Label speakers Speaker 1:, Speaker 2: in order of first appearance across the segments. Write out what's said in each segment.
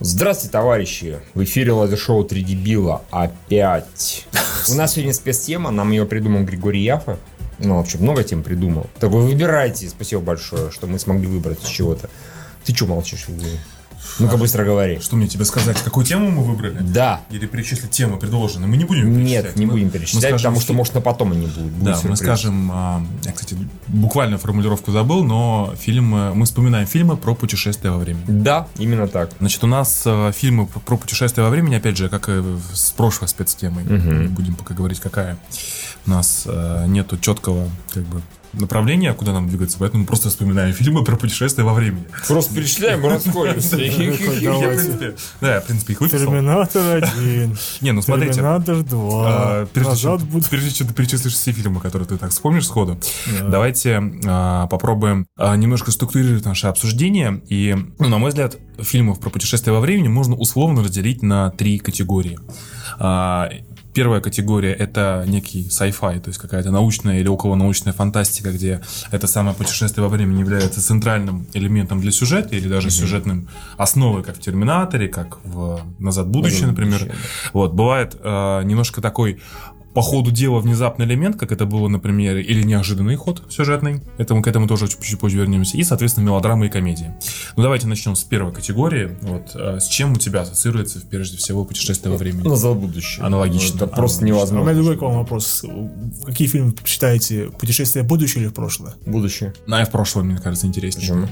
Speaker 1: Здравствуйте, товарищи! В эфире лазер-шоу «Три дебила» опять. У нас сегодня спецтема, нам ее придумал Григорий Яфа. Ну, вообще, много тем придумал. Так вы выбирайте, спасибо большое, что мы смогли выбрать из чего-то. Ты что молчишь, Евгений? Ну-ка быстро говори.
Speaker 2: Что мне тебе сказать? Какую тему мы выбрали?
Speaker 1: Да.
Speaker 2: Или перечислить темы предложенные? Мы не будем
Speaker 1: Нет,
Speaker 2: перечислять.
Speaker 1: не
Speaker 2: Мы-
Speaker 1: будем
Speaker 2: мы
Speaker 1: перечислять,
Speaker 2: скажем,
Speaker 1: потому что,
Speaker 2: фи-
Speaker 1: может, на потом они будут. будет
Speaker 2: Да, мы
Speaker 1: сюрприз.
Speaker 2: скажем... а, Я, кстати, буквально формулировку забыл, но фильмы... Мы вспоминаем фильмы про путешествия во времени.
Speaker 1: Да, именно так.
Speaker 2: Значит, у нас а, фильмы п- про путешествия во времени, опять же, как и в- с прошлой спецтемой. Не Будем пока говорить, какая. У нас а, нету четкого, как бы, направления, куда нам двигаться, поэтому просто вспоминаем фильмы про путешествия во времени.
Speaker 1: Просто перечисляем и расходимся.
Speaker 2: Я, в
Speaker 3: Давайте.
Speaker 2: принципе, да, я, в принципе, их выписал.
Speaker 3: Терминатор 1,
Speaker 2: Не, ну смотрите.
Speaker 3: Терминатор 2.
Speaker 2: А, Прежде чем,
Speaker 3: Назад
Speaker 2: ты-
Speaker 3: буду...
Speaker 2: прежде чем ты перечислишь все фильмы, которые ты так вспомнишь сходу, давайте а, попробуем а, немножко структурировать наше обсуждение. И, ну, на мой взгляд, фильмов про путешествие во времени можно условно разделить на три категории. А, Первая категория — это некий sci-fi, то есть какая-то научная или околонаучная фантастика, где это самое путешествие во времени является центральным элементом для сюжета или даже сюжетным основой, как в «Терминаторе», как в «Назад в будущее»,
Speaker 1: «Назад в
Speaker 2: например.
Speaker 1: будущее»,
Speaker 2: Вот, бывает э, немножко такой по ходу дела внезапный элемент, как это было, например, или неожиданный ход сюжетный. Это мы к этому тоже чуть- чуть позже вернемся. И, соответственно, мелодрамы и комедии. Ну, давайте начнем с первой категории. Вот, э, с чем у тебя ассоциируется, прежде всего, путешествие во времени?
Speaker 1: Назад в будущее.
Speaker 2: Аналогично.
Speaker 1: Это просто
Speaker 2: Аналогично.
Speaker 3: А у
Speaker 1: невозможно.
Speaker 3: меня другой к вам вопрос. Какие фильмы считаете путешествие в будущее или в прошлое?
Speaker 1: Будущее.
Speaker 2: На, и Ну, а в прошлое, мне кажется, интереснее.
Speaker 1: Почему?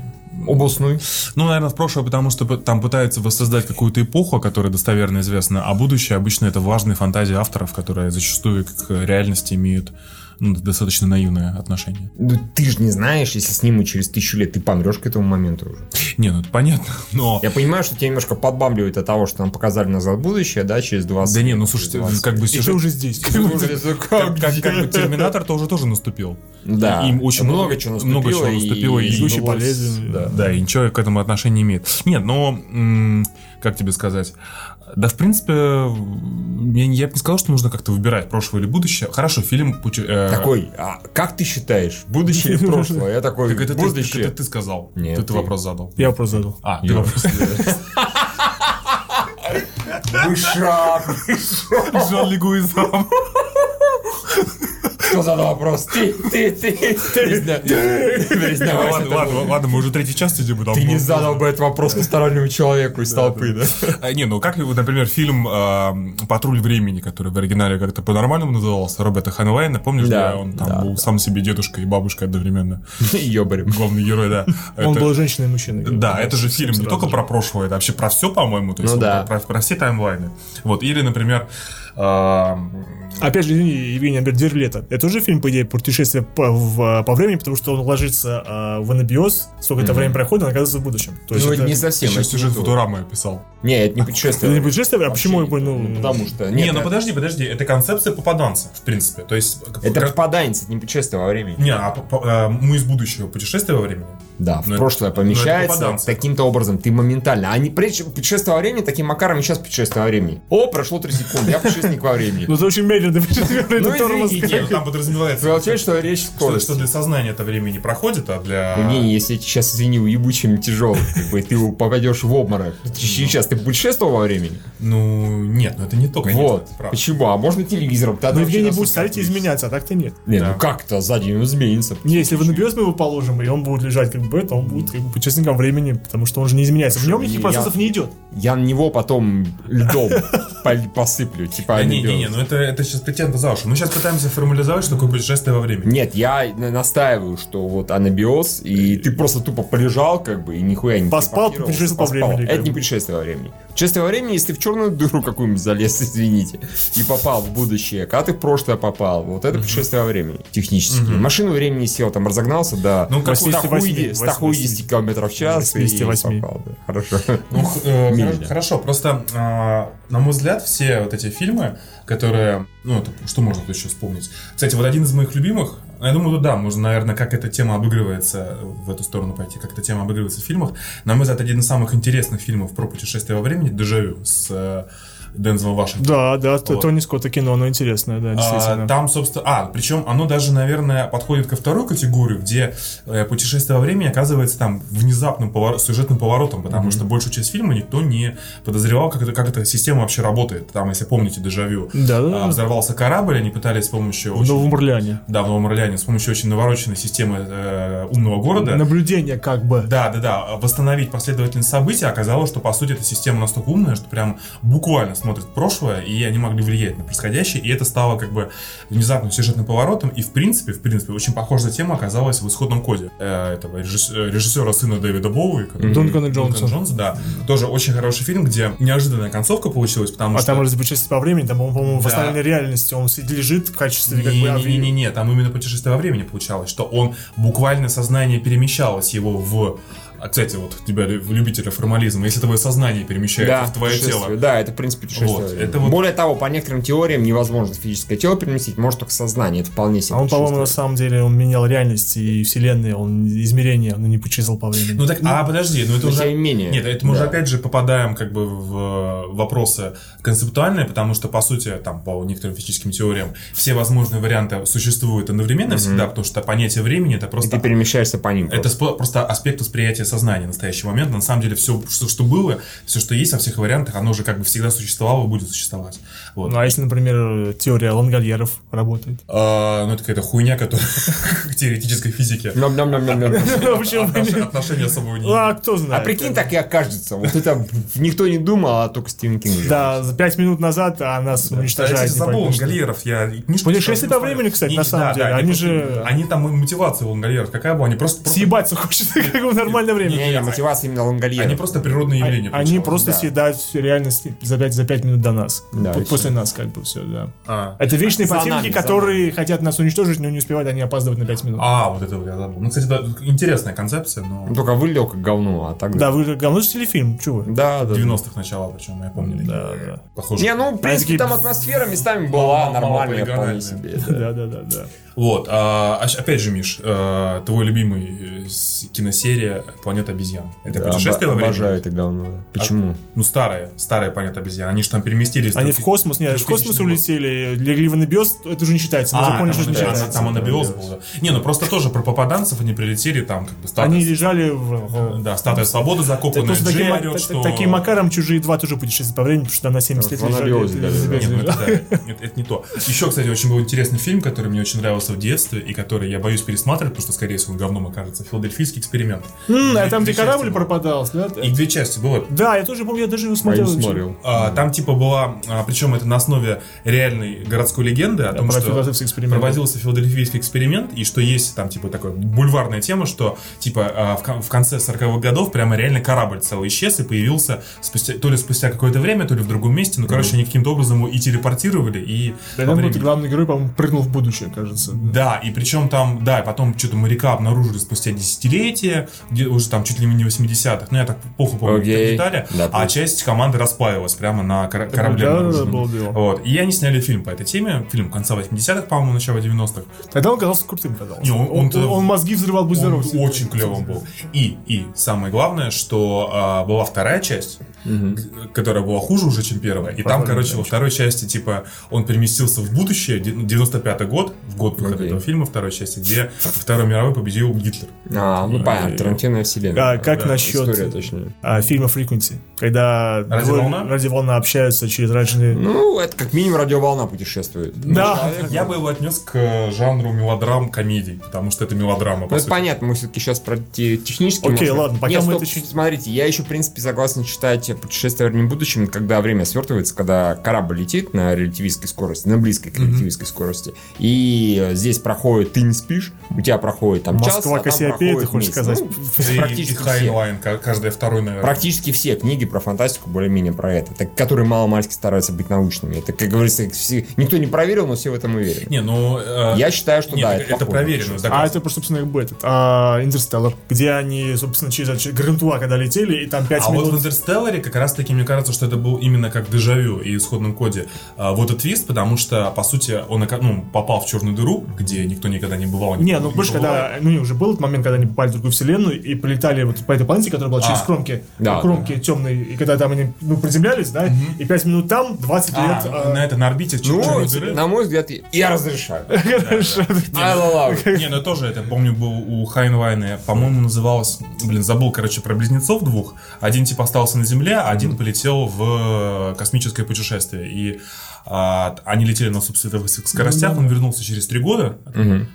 Speaker 1: Обоснуй.
Speaker 2: Ну, наверное, в прошлое, потому что п- там пытаются воссоздать какую-то эпоху, которая достоверно известна, а будущее обычно это важные фантазии авторов, которые зачастую к реальности имеют ну, достаточно наивное отношение.
Speaker 1: Ну ты же не знаешь, если снимут через тысячу лет, ты помрешь к этому моменту уже.
Speaker 2: Не, ну это понятно, но...
Speaker 1: Я понимаю, что тебя немножко подбамбливает от того, что нам показали назад в будущее, да, через Ну, 20
Speaker 2: Да не, ну слушайте,
Speaker 1: 20.
Speaker 2: как бы
Speaker 3: И ты
Speaker 2: сюжет...
Speaker 3: уже здесь.
Speaker 1: Ты уже,
Speaker 2: Как, как- как бы
Speaker 1: где?
Speaker 2: Терминатор тоже тоже наступил.
Speaker 1: Да.
Speaker 2: Им очень
Speaker 1: много чего наступило.
Speaker 2: Много чего наступило.
Speaker 1: и-
Speaker 3: Бегущий
Speaker 1: и-
Speaker 3: по лезвию.
Speaker 1: Да.
Speaker 2: Да, и ничего к этому отношения не имеет. Нет, но м, как тебе сказать? Да, в принципе, м, я, не- я бы не сказал, что нужно как-то выбирать прошлое или будущее. Хорошо, фильм... пути- э,
Speaker 1: Такой, а как ты считаешь, будущее или прошлое? Я такой,
Speaker 2: Так это, ты, так
Speaker 1: будущее.
Speaker 2: это ты сказал.
Speaker 1: Нет,
Speaker 2: ты, ты
Speaker 1: ты.
Speaker 2: вопрос задал.
Speaker 3: Я вопрос задал.
Speaker 2: А, ты
Speaker 1: Я.
Speaker 2: вопрос.
Speaker 1: Вышаг.
Speaker 2: Джон Лигуизам.
Speaker 1: Кто задал вопрос? Ты, ты, ты, ты. Признавайся,
Speaker 2: Ладно,
Speaker 1: это
Speaker 2: ладно,
Speaker 1: был.
Speaker 2: ладно, мы уже третий час сидим. и там
Speaker 1: Ты не
Speaker 2: был-
Speaker 1: задал бы этот вопрос постороннему человеку из толпы, да?
Speaker 2: А, Не, ну как, вот, например, фильм э, «Патруль времени», который в оригинале как-то по-нормальному назывался, Роберта Ханлайна, помнишь,
Speaker 1: Да,
Speaker 2: где он там
Speaker 1: да,
Speaker 2: был сам себе дедушкой и бабушкой одновременно,
Speaker 1: Ёбарем.
Speaker 2: главный герой, да.
Speaker 3: Он
Speaker 2: Это-
Speaker 3: был женщиной и мужчиной.
Speaker 2: Да, это же фильм не
Speaker 3: Сразу
Speaker 2: только
Speaker 3: же.
Speaker 2: про прошлое, это вообще про все, по-моему, то есть
Speaker 1: Ну
Speaker 2: он
Speaker 1: да.
Speaker 2: про, про все таймлайны. Вот, или, например, э,
Speaker 3: Опять же, извини, Евгений Альберт Дерлета. Это тоже фильм, по идее, путешествие по, в- по времени, потому что он ложится а, в анабиоз, сколько это время проходит, он оказывается в будущем. То есть
Speaker 1: Ну,
Speaker 3: это,
Speaker 1: не совсем.
Speaker 2: еще
Speaker 1: это
Speaker 2: сюжет
Speaker 1: не то.
Speaker 2: Футурамы писал.
Speaker 1: Не,
Speaker 2: А,
Speaker 1: это не
Speaker 3: это
Speaker 1: путешествие.
Speaker 3: не путешествие, а
Speaker 1: Вообще
Speaker 3: почему
Speaker 1: не
Speaker 3: его,
Speaker 1: то.
Speaker 3: ну,
Speaker 1: Потому что...
Speaker 2: Не,
Speaker 1: Нет, э,
Speaker 2: ну
Speaker 1: это-
Speaker 2: подожди, подожди, это концепция попаданца, в принципе. То есть... как-
Speaker 1: Это
Speaker 2: как-
Speaker 1: попаданец, это не путешествие во времени.
Speaker 2: Не, а по- по- э, мы из будущего путешествия во времени.
Speaker 1: Да,
Speaker 2: Ну,
Speaker 1: в прошлое
Speaker 2: это- ну, это
Speaker 1: помещается
Speaker 2: попаданцы.
Speaker 1: таким-то образом, ты моментально. А не прежде- путешествие во времени таким макаром, сейчас путешествие во времени. О, прошло 3 секунды, я путешественник во времени.
Speaker 3: Ну, это очень медленно, путешествие,
Speaker 1: Ну,
Speaker 3: это тормоз.
Speaker 1: извините.
Speaker 2: Не, ну, там подразумевается,
Speaker 1: Вы вообще, что речь
Speaker 2: что,
Speaker 1: скорость.
Speaker 2: что для сознания это время не проходит, а для...
Speaker 1: Евгений, если я тебя сейчас извини, уебучим тяжелым, как бы ты попадешь в обморок. Сейчас ты путешествовал во времени?
Speaker 2: Ну, нет, ну это не то, конечно.
Speaker 1: Вот.
Speaker 2: это правда.
Speaker 1: Почему? А можно телевизором? Ты
Speaker 3: Ну,
Speaker 1: одно
Speaker 3: Евгений
Speaker 1: вообще на
Speaker 3: будет
Speaker 1: суд
Speaker 3: стареть и
Speaker 1: ответишь.
Speaker 3: изменяться, а так-то нет.
Speaker 1: Не,
Speaker 2: Да.
Speaker 1: ну как-то за день он изменится.
Speaker 3: Не, если в анабиоз мы его положим, и он будет лежать как бы это, он будет как бы путешественником времени, потому что он же не изменяется. В
Speaker 1: Хорошо,
Speaker 3: нем никаких
Speaker 1: я-
Speaker 3: процессов не идет.
Speaker 1: Я на него потом льдом пол- посыплю, типа
Speaker 2: Да не, не,
Speaker 1: анекдот.
Speaker 2: не, ну это, это сейчас претензия за уши. Мы сейчас пытаемся формализовать, что такое путешествие во времени.
Speaker 1: Нет, я на- настаиваю, что вот анабиоз, и ты просто тупо полежал, как бы, и нихуя не
Speaker 3: Поспал,
Speaker 1: телепортировался,
Speaker 3: путешествие по
Speaker 1: поспал.
Speaker 3: времени,
Speaker 1: Это
Speaker 3: как
Speaker 1: не
Speaker 3: бы.
Speaker 1: путешествие во времени. Путешествие во времени, если в черную дыру какую-нибудь залез, извините, и попал в будущее, когда ты в прошлое попал, вот это путешествие во времени, технически. Машину времени сел, там разогнался, да.
Speaker 2: Ну, как
Speaker 3: Восьмидесяти восьми,
Speaker 1: 180
Speaker 3: восьмидесяти.
Speaker 1: километров в час и
Speaker 3: 88.
Speaker 1: попал, да. Хорошо.
Speaker 2: Ну, х- э,
Speaker 1: Мильно.
Speaker 2: хоро- хорошо, просто, э, на мой взгляд, все вот эти фильмы, которые... Ну, это- что можно тут еще вспомнить? Кстати, вот один из моих любимых, ну, я думаю, тут, да, можно, наверное, как эта тема обыгрывается, э, в эту сторону пойти, как эта тема обыгрывается в фильмах. На мой взгляд, один из самых интересных фильмов про путешествие во времени — «Дежавю» с э, Дензела Вашингтона.
Speaker 3: Да, да, Т-
Speaker 2: Вот.
Speaker 3: Тони Скотта кино, оно интересное, да,
Speaker 2: А,
Speaker 3: действительно.
Speaker 2: Там, собственно, а, причем оно даже, наверное, подходит ко второй категории, где э, путешествие во времени оказывается там внезапным повор- сюжетным поворотом, потому что большую часть фильма никто не подозревал, как, это, как эта система вообще работает. Там, если помните, дежавю,
Speaker 3: Да, да,
Speaker 2: а,
Speaker 3: да.
Speaker 2: взорвался корабль, они пытались с помощью
Speaker 3: В
Speaker 2: очень...
Speaker 3: Новом Орлеане.
Speaker 2: Да, в Новом Орлеане, с помощью очень навороченной системы э, умного города.
Speaker 3: Наблюдение как бы.
Speaker 2: Да, да, да. Восстановить последовательность событий оказалось, что по сути эта система настолько умная, что прям буквально смотрит в прошлое, и они могли влиять на происходящее, и это стало как бы внезапным сюжетным поворотом. И в принципе, в принципе, очень похожая тема оказалась в исходном коде э, этого режисс- э, режиссера сына Дэвида Боуи. который-
Speaker 3: Дункана Джонса.
Speaker 2: Дункана Джонса, да. Тоже очень хороший фильм, где неожиданная концовка получилась, потому
Speaker 3: А
Speaker 2: что.
Speaker 3: там разобщается по времени, там, по-моему, в
Speaker 2: Да.
Speaker 3: остальной реальности он сидит- лежит в качестве как бы а авиа-
Speaker 2: Не-не-не, там именно путешествие во времени получалось, что он буквально сознание перемещалось его в... а, Кстати, вот тебя, лю- любителя формализма, если твое сознание перемещается в твое
Speaker 1: путешествие.
Speaker 2: тело.
Speaker 1: Да, это, в принципе, путешествие.
Speaker 2: Вот, это вот-
Speaker 1: Более того, по некоторым теориям невозможно физическое тело переместить, может только сознание. Это вполне себе
Speaker 3: А он, по-моему, на
Speaker 1: путешествие.
Speaker 3: самом деле, он менял реальность и вселенные, он измерения, он не путешествовал по времени.
Speaker 2: Ну так, а подожди, ну это
Speaker 1: Но
Speaker 2: уже...
Speaker 1: тем не менее.
Speaker 2: Нет, это мы
Speaker 1: Да.
Speaker 2: уже опять же попадаем как бы в э, вопросы концептуальные, потому что, по сути, там, по некоторым физическим теориям, все возможные варианты существуют одновременно всегда, потому что понятие времени это
Speaker 1: И
Speaker 2: просто
Speaker 1: ты перемещаешься по ним.
Speaker 2: Это спо- просто аспект восприятия сознания в настоящий момент. На самом деле все, что, что было, все, что есть во всех вариантах, оно уже как бы всегда существовало и будет существовать. Вот.
Speaker 3: Ну, а если, например, теория лангольеров работает?
Speaker 2: А, ну, это какая-то хуйня, которая к теоретической физике
Speaker 1: Ням-ням-ням-ням-ням.
Speaker 3: Почему бы
Speaker 2: отнош-
Speaker 3: нет?
Speaker 2: отношения особого не
Speaker 3: А
Speaker 2: имеет.
Speaker 3: кто
Speaker 1: А
Speaker 3: знает?
Speaker 1: прикинь, так и окажется. Вот это никто не думал, а только Стивен Кинг. же.
Speaker 3: Да, за пять минут назад она нас
Speaker 2: Кстати,
Speaker 3: уничтожает. типа, не
Speaker 2: забыл
Speaker 3: пойми что.
Speaker 2: Лангольеров, я и книжку
Speaker 3: Путешествие
Speaker 2: читал,
Speaker 3: по
Speaker 2: не
Speaker 3: времени,
Speaker 2: смотрел.
Speaker 3: кстати,
Speaker 2: Не-
Speaker 3: на самом деле, они
Speaker 2: просто-
Speaker 3: же-
Speaker 2: Они там, и мотивация у Лангольеров какая была, они просто... просто-
Speaker 3: Съебаться хочет, как бы в нормальное время.
Speaker 1: Не, не, мотивация именно Лангольера.
Speaker 2: Они просто природные явления.
Speaker 3: Они
Speaker 2: получалось.
Speaker 3: просто
Speaker 1: да.
Speaker 3: съедают всю реальность за пять, за пять минут до нас.
Speaker 1: Да,
Speaker 3: П-
Speaker 1: и
Speaker 3: После нас, как бы, все, да.
Speaker 2: А.
Speaker 3: Это вечные
Speaker 1: За
Speaker 3: противники,
Speaker 1: нами, за
Speaker 3: которые хотят нас уничтожить, но не успевают, они опаздывают на пять минут.
Speaker 2: А, вот это вот я забыл. Ну, кстати, да, интересная концепция, но...
Speaker 1: Ну, Только вылил как говно, а так...
Speaker 3: Да, вы же говно же телефильм, чего вы?
Speaker 1: Да, да.
Speaker 2: 90-х начала, причем, я помню.
Speaker 3: Да, да.
Speaker 2: Похоже.
Speaker 1: Не, ну, в принципе,
Speaker 3: такие-
Speaker 1: там атмосфера местами была
Speaker 2: Мало-
Speaker 1: нормальная вполне
Speaker 2: малополигональная.
Speaker 1: себе. да.
Speaker 3: Да, да, да, да.
Speaker 2: Вот, а, оч- опять же, Миш, э, твой любимый э, с- киносерия «Планета обезьян». Это
Speaker 1: Да,
Speaker 2: путешествие
Speaker 1: обо-
Speaker 2: во времени?
Speaker 1: Обожаю это говно. да. Почему?
Speaker 2: Ну, старая, старая «Планета обезьян». Они же там переместились.
Speaker 3: Они
Speaker 2: до
Speaker 3: в космос, нет, они в космос
Speaker 2: 2000-х
Speaker 3: улетели, легли в анабиоз, это уже не считается, мы
Speaker 2: А,
Speaker 3: законе
Speaker 2: там,
Speaker 3: уже не
Speaker 2: да,
Speaker 3: считается.
Speaker 2: там анабиоз был. да. Не, ну просто тоже про попаданцев они прилетели, там как бы статус.
Speaker 3: Они лежали в...
Speaker 2: Да, статуя свободы
Speaker 3: Это
Speaker 2: закопанная.
Speaker 3: просто
Speaker 2: Джей
Speaker 3: таким,
Speaker 2: орёт,
Speaker 3: та-
Speaker 2: что-
Speaker 3: таким макаром чужие два тоже путешествия по времени, потому что там на 70 лет
Speaker 1: В анабиозе
Speaker 3: лежали-
Speaker 1: даже, да.
Speaker 3: лежали-
Speaker 2: Нет, ну это,
Speaker 3: лежали.
Speaker 2: да, это- это не то. Еще, кстати, очень был интересный фильм, который мне очень нравился в детстве и который я боюсь пересматривать, потому что, скорее всего, он говном окажется. Филадельфийский эксперимент.
Speaker 3: М,
Speaker 2: Две-
Speaker 3: А там, где
Speaker 2: две части
Speaker 3: корабль
Speaker 2: было.
Speaker 3: пропадал, да?
Speaker 2: Их две части было.
Speaker 3: Да, я тоже помню, я даже его смотрел.
Speaker 1: Пойду
Speaker 3: вообще.
Speaker 1: смотрел.
Speaker 2: А, Там типа была, причем это на основе реальной городской легенды о том,
Speaker 3: Про
Speaker 2: что
Speaker 3: философский эксперимент.
Speaker 2: проводился филадельфийский эксперимент, и что есть там типа такая бульварная тема, что типа а, в кон- в конце 40-х годов прямо реально корабль целый исчез и появился спустя, то ли спустя какое-то время, то ли в другом месте, ну короче, они каким-то образом его и телепортировали, и
Speaker 3: Да,
Speaker 2: во
Speaker 3: там
Speaker 2: времени-
Speaker 3: вот главный герой, по-моему, прыгнул в будущее, кажется.
Speaker 2: Да, и причем там, да, и потом что-то моряка обнаружили спустя десятилетия, где уже там чуть ли не 80-х, ну я так плохо помню
Speaker 1: Окей.
Speaker 2: какие детали,
Speaker 1: Да,
Speaker 2: а
Speaker 1: помню.
Speaker 2: часть команды расплавилась прямо на кора- корабле.
Speaker 3: да,
Speaker 2: обнаруженном.
Speaker 3: было дело.
Speaker 2: Вот. И они сняли фильм по этой теме, фильм конца 80-х, по-моему, начала 90-х.
Speaker 3: Тогда он казался крутым, казалось.
Speaker 2: Не, он- он-то-
Speaker 3: он мозги взрывал, будь
Speaker 2: Он
Speaker 3: здоров.
Speaker 2: очень клевым был. И, и самое главное, что а, была вторая часть, г- которая была хуже уже, чем первая. И там,
Speaker 3: Похоже,
Speaker 2: короче,
Speaker 3: да,
Speaker 2: во второй части, типа, он переместился в будущее, де- 95-й год, в год выхода
Speaker 1: Окей.
Speaker 2: этого фильма, второй части, где во Второй мировой победил Гитлер.
Speaker 1: А, ну понятно, Тарантино вселенная.
Speaker 3: Э, А как
Speaker 2: Да,
Speaker 3: насчет
Speaker 1: История точнее.
Speaker 3: а, фильма Frequency? Когда
Speaker 2: Радиоволна?
Speaker 3: двое- радиоволна общаются через радиоволны.
Speaker 1: Ну, это как минимум радиоволна путешествует. Ну,
Speaker 3: Да.
Speaker 2: Я бы его отнес к э, жанру мелодрам комедий, потому что это мелодрама, по
Speaker 1: Ну, это
Speaker 2: сути.
Speaker 1: понятно, мы все-таки сейчас про те- технические...
Speaker 3: Окей,
Speaker 1: моменты.
Speaker 3: ладно, пока
Speaker 1: Нет,
Speaker 3: мы
Speaker 1: стоп,
Speaker 3: это еще-
Speaker 1: Смотрите, я еще, в принципе, согласен читать «Путешествие во времени в будущем», когда время свертывается, когда корабль летит на релятивистской скорости, на близкой к релятивистской скорости, и э, здесь проходит «Ты не спишь», у тебя проходит там час, а
Speaker 3: Москва
Speaker 1: там
Speaker 3: Кассиопея, ты
Speaker 1: проходит
Speaker 3: хочешь
Speaker 1: месяц.
Speaker 3: сказать?
Speaker 1: Ну,
Speaker 2: И-
Speaker 1: практически
Speaker 2: и Хайнлайн, ка- каждый второй, наверное.
Speaker 1: Практически все книги про фантастику более-менее про это, так, которые мало-мальски стараются быть научными. Это, как говорится, все- никто не проверил, но все в этом уверены.
Speaker 2: Не, ну... э,
Speaker 1: Я считаю, что
Speaker 2: нет,
Speaker 1: да,
Speaker 2: это, это
Speaker 1: похоже.
Speaker 2: проверено.
Speaker 3: А
Speaker 2: доказано.
Speaker 3: это просто, собственно, как бы этот, а, Интерстеллар, где они, собственно, через, через Грантуа когда летели, и там 5
Speaker 2: А вот
Speaker 3: минут...
Speaker 2: в Интерстелларе истории, как раз таки, мне кажется, что это был именно как дежавю и исходном коде. А, вот этот твист, потому что, по сути, он ока- ну, попал в черную дыру, где никто никогда не бывал. никто
Speaker 3: Не, ну больше
Speaker 2: побывал.
Speaker 3: когда, ну не, уже был этот момент, когда они попали в другую вселенную и полетали вот по этой планете, которая была через
Speaker 2: А.
Speaker 3: кромки, ну,
Speaker 1: Да,
Speaker 3: кромки темные, и когда там они ну, приземлялись, да, и 5 минут там, 20 лет.
Speaker 2: А,
Speaker 3: а,
Speaker 2: на это, на орбите чер- черной
Speaker 1: Ну,
Speaker 2: дыры.
Speaker 1: на мой взгляд, я разрешаю.
Speaker 3: Хорошо.
Speaker 1: I love it.
Speaker 2: Не, ну тоже это, помню, был у Хайнвайна, по-моему, называлось, блин, забыл, короче, про близнецов двух. Один типа остался на Земле, а один полетел в э, космическое путешествие. И а, т- они летели на субсветовых с- скоростях, он вернулся через три года,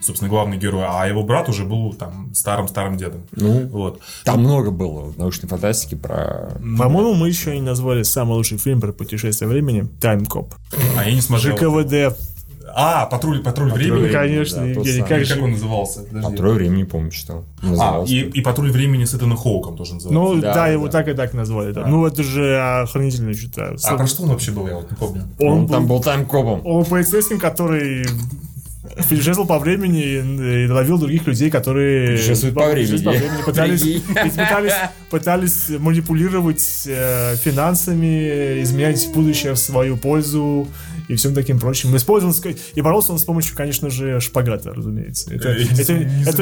Speaker 2: собственно, главный герой, а его брат уже был там старым-старым дедом.
Speaker 1: Ну.
Speaker 2: вот.
Speaker 1: Там много было в научной фантастики про...
Speaker 3: По-моему, мы еще не назвали самый лучший фильм про путешествие времени Time Cop.
Speaker 2: А я не смотрел.
Speaker 3: ЖКВД.
Speaker 2: А, патруль, патруль, времени.
Speaker 1: времени.
Speaker 3: Ну, Конечно,
Speaker 1: да, тот
Speaker 3: Евгений,
Speaker 1: самый.
Speaker 3: как
Speaker 2: Или как
Speaker 3: же.
Speaker 2: он назывался? Подожди.
Speaker 1: Контроль времени, помню, читал.
Speaker 2: А,
Speaker 1: Назывался.
Speaker 2: и, и патруль времени с Этаном Хоуком тоже назывался.
Speaker 3: Ну да,
Speaker 1: Да,
Speaker 3: его
Speaker 1: да.
Speaker 3: так и так назвали. да. Ну это же а, охранительный что-то.
Speaker 2: а про что он вообще был, я вот не помню.
Speaker 1: Он,
Speaker 3: Он
Speaker 1: ну, там
Speaker 3: был
Speaker 1: был таймкопом.
Speaker 3: он был полицейским, который путешествовал по времени и- и ловил других людей, которые
Speaker 1: Путешествуют по времени.
Speaker 3: путешествуют по времени, пытались,
Speaker 1: Прикинь.
Speaker 3: пытались, пытались манипулировать э, финансами, изменять будущее в свою пользу и всем таким прочим. Использовал, ск- и боролся он с помощью, конечно же, шпагата, разумеется. Это,
Speaker 2: Э, Я не
Speaker 3: это-
Speaker 2: сомневаюсь.
Speaker 3: это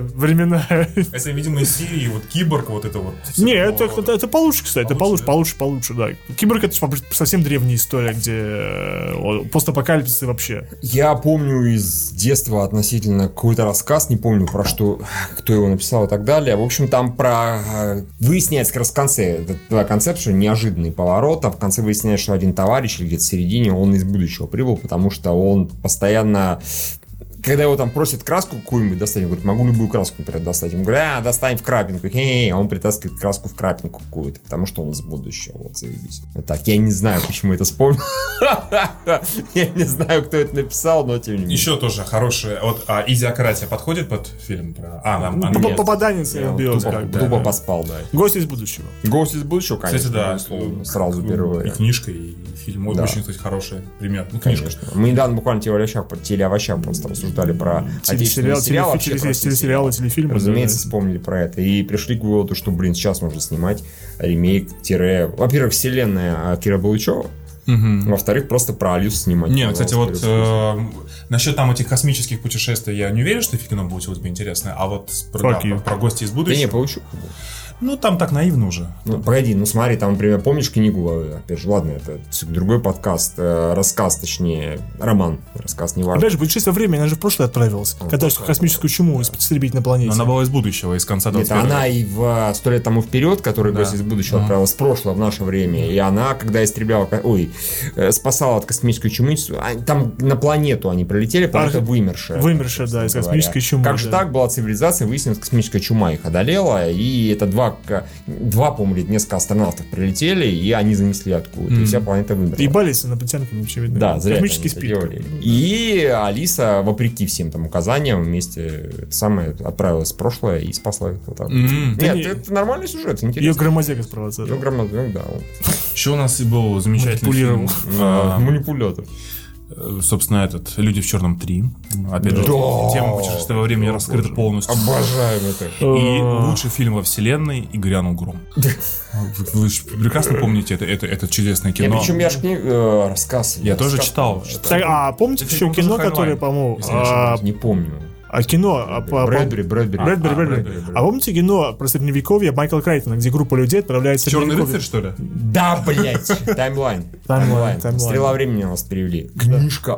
Speaker 3: времена.
Speaker 2: Это, видимо, из Сирии, вот киборг, вот это вот.
Speaker 3: Не, это, это, это получше, кстати, это
Speaker 2: Получше,
Speaker 3: получше, получше, получше, да. Киборг это ж по- совсем древняя история, где э, о, постапокалипсис и вообще.
Speaker 1: Я помню из детства относительно какой-то рассказ, не помню про что, кто его написал и так далее. В общем, там про... э, Выясняется как раз в конце, это такая концепция, неожиданный поворот, а в конце выясняется, что один товарищ или где-то в середине, он из будущего прибыл, потому что он постоянно когда его там просят краску какую-нибудь достать, он говорит, могу любую краску, например, достать. Ему говорят, а, достань в крапинку. Хе-хе. А он притаскивает краску в крапинку какую-то, потому что он из будущего. Вот, заебись. Вот так, я не знаю, почему это вспомнил. Я не знаю, кто это написал, но тем не менее.
Speaker 2: Еще тоже хорошая. Вот а, «Изиократия» подходит под фильм про... А, нам...
Speaker 3: Ну,
Speaker 2: а,
Speaker 3: поп-
Speaker 2: нет.
Speaker 3: Попаданец
Speaker 1: Я вот
Speaker 3: биос,
Speaker 1: тупо-
Speaker 3: как бы.
Speaker 1: Тупо поспал, да.
Speaker 3: Гость из будущего.
Speaker 1: Гость из будущего,
Speaker 2: Кстати,
Speaker 1: конечно,
Speaker 2: да.
Speaker 1: безусловно, сразу
Speaker 2: Ну,
Speaker 1: первый
Speaker 2: И
Speaker 1: вариант.
Speaker 2: книжка, и фильм.
Speaker 1: Да.
Speaker 2: Очень, кстати, хороший пример. Ну, книжка.
Speaker 1: Конечно. Мы недавно буквально телеовощах, по- телеовощах просто рассуждали про отечественные
Speaker 3: Телесериал,
Speaker 1: сериалы.
Speaker 3: телефи-
Speaker 1: вообще про
Speaker 3: телес-
Speaker 1: все
Speaker 3: телесериалы,
Speaker 1: сериалы.
Speaker 3: телефильмы.
Speaker 1: Разумеется,
Speaker 3: да.
Speaker 1: вспомнили про это. И пришли к выводу, что, блин, сейчас нужно снимать ремейк тире... Во-первых, вселенная а, Кира Балычева.
Speaker 2: Мгм.
Speaker 1: Во-вторых, просто про Алису снимать.
Speaker 2: Не, кстати, вот
Speaker 1: пожалуйста, Кирилл.
Speaker 2: э, насчет там этих космических путешествий я не уверен, что кино будет у тебя интересное, а вот с- про,
Speaker 3: Fuck
Speaker 2: да,
Speaker 3: you.
Speaker 2: про- про гости из
Speaker 1: Да не,
Speaker 2: будущего.
Speaker 1: получу.
Speaker 2: Ну, там так наивно уже.
Speaker 1: Ну, погоди, ну смотри, там, например, помнишь книгу, э, опять же, ладно, это другой подкаст, э, рассказ, точнее, роман, рассказ, не важно.
Speaker 3: Опять же, путешествие во времени, она же в прошлое отправилась.
Speaker 1: Вот
Speaker 3: Когда же
Speaker 1: такая,
Speaker 3: космическую чуму исп- истребить на планете.
Speaker 2: Но Она была из будущего, из конца
Speaker 1: Нет,
Speaker 2: 21
Speaker 1: она и в э, «Сто лет тому вперед», который
Speaker 2: Да.
Speaker 1: гость из будущего отправилась в прошлое, в наше время, и она, когда истребляла, ко- ой, э, спасала от космической чумы, а, там на планету они пролетели, планета
Speaker 3: Ах,
Speaker 1: вымершая.
Speaker 3: вымершая, да, из
Speaker 1: собственно
Speaker 3: космической чумы,
Speaker 1: Как же
Speaker 3: да.
Speaker 1: так была цивилизация, выяснилось, космическая чума их одолела, и это два, к- два по-моему, или несколько астронавтов прилетели, и они занесли откуда, и
Speaker 2: Мгм.
Speaker 1: вся планета вымерла.
Speaker 3: Ебались инопланетянками, очевидно.
Speaker 1: Да, зря
Speaker 3: Э, Космический
Speaker 1: они это
Speaker 3: спид.
Speaker 1: делали. И Алиса, вопреки всем там указаниям, вместе это самое отправилась в прошлое и спасла их. Вот так.
Speaker 2: Мгм.
Speaker 1: Нет,
Speaker 3: не-
Speaker 1: это нормальный сюжет,
Speaker 3: Ее
Speaker 1: интересно.
Speaker 3: громозека спровоцировала.
Speaker 1: Ее громадный, ну да. он,
Speaker 2: Еще у нас и был замечательный фильм.
Speaker 3: Манипулировал.
Speaker 1: а,
Speaker 2: а,
Speaker 1: Манипулятор.
Speaker 2: Э, собственно, этот «Люди в черном 3». Опять же,
Speaker 1: Да.
Speaker 2: тема путешествия во времени раскрыта полностью.
Speaker 1: Обожаем это.
Speaker 2: И лучший фильм во вселенной «И грянул гром». Вы, вы ж прекрасно помните это, это, это чудесное
Speaker 1: Я
Speaker 2: кино.
Speaker 1: причем я же книг э, рассказ.
Speaker 2: Я тоже
Speaker 1: рассказ
Speaker 2: читал.
Speaker 1: помню,
Speaker 3: Так, а помните
Speaker 2: Это
Speaker 3: еще
Speaker 2: тоже
Speaker 3: кино,
Speaker 2: Хайнлайн,
Speaker 3: которое, по-моему,
Speaker 2: если не
Speaker 3: а,
Speaker 1: это. Не помню.
Speaker 3: а кино, а, по- по-
Speaker 1: Брэдбери, Брэдбери.
Speaker 3: Брэдбери,
Speaker 2: А,
Speaker 3: Брэдбери.
Speaker 2: Брэдбери.
Speaker 3: А помните кино про средневековье Майкла Крайтона, где группа людей отправляется в
Speaker 2: «Черный
Speaker 3: средневековье?
Speaker 2: рыцарь», что ли?
Speaker 1: Да, блять. Таймлайн.
Speaker 3: Таймлайн, таймлайн.
Speaker 1: Стрела времени нас перевели. Книжка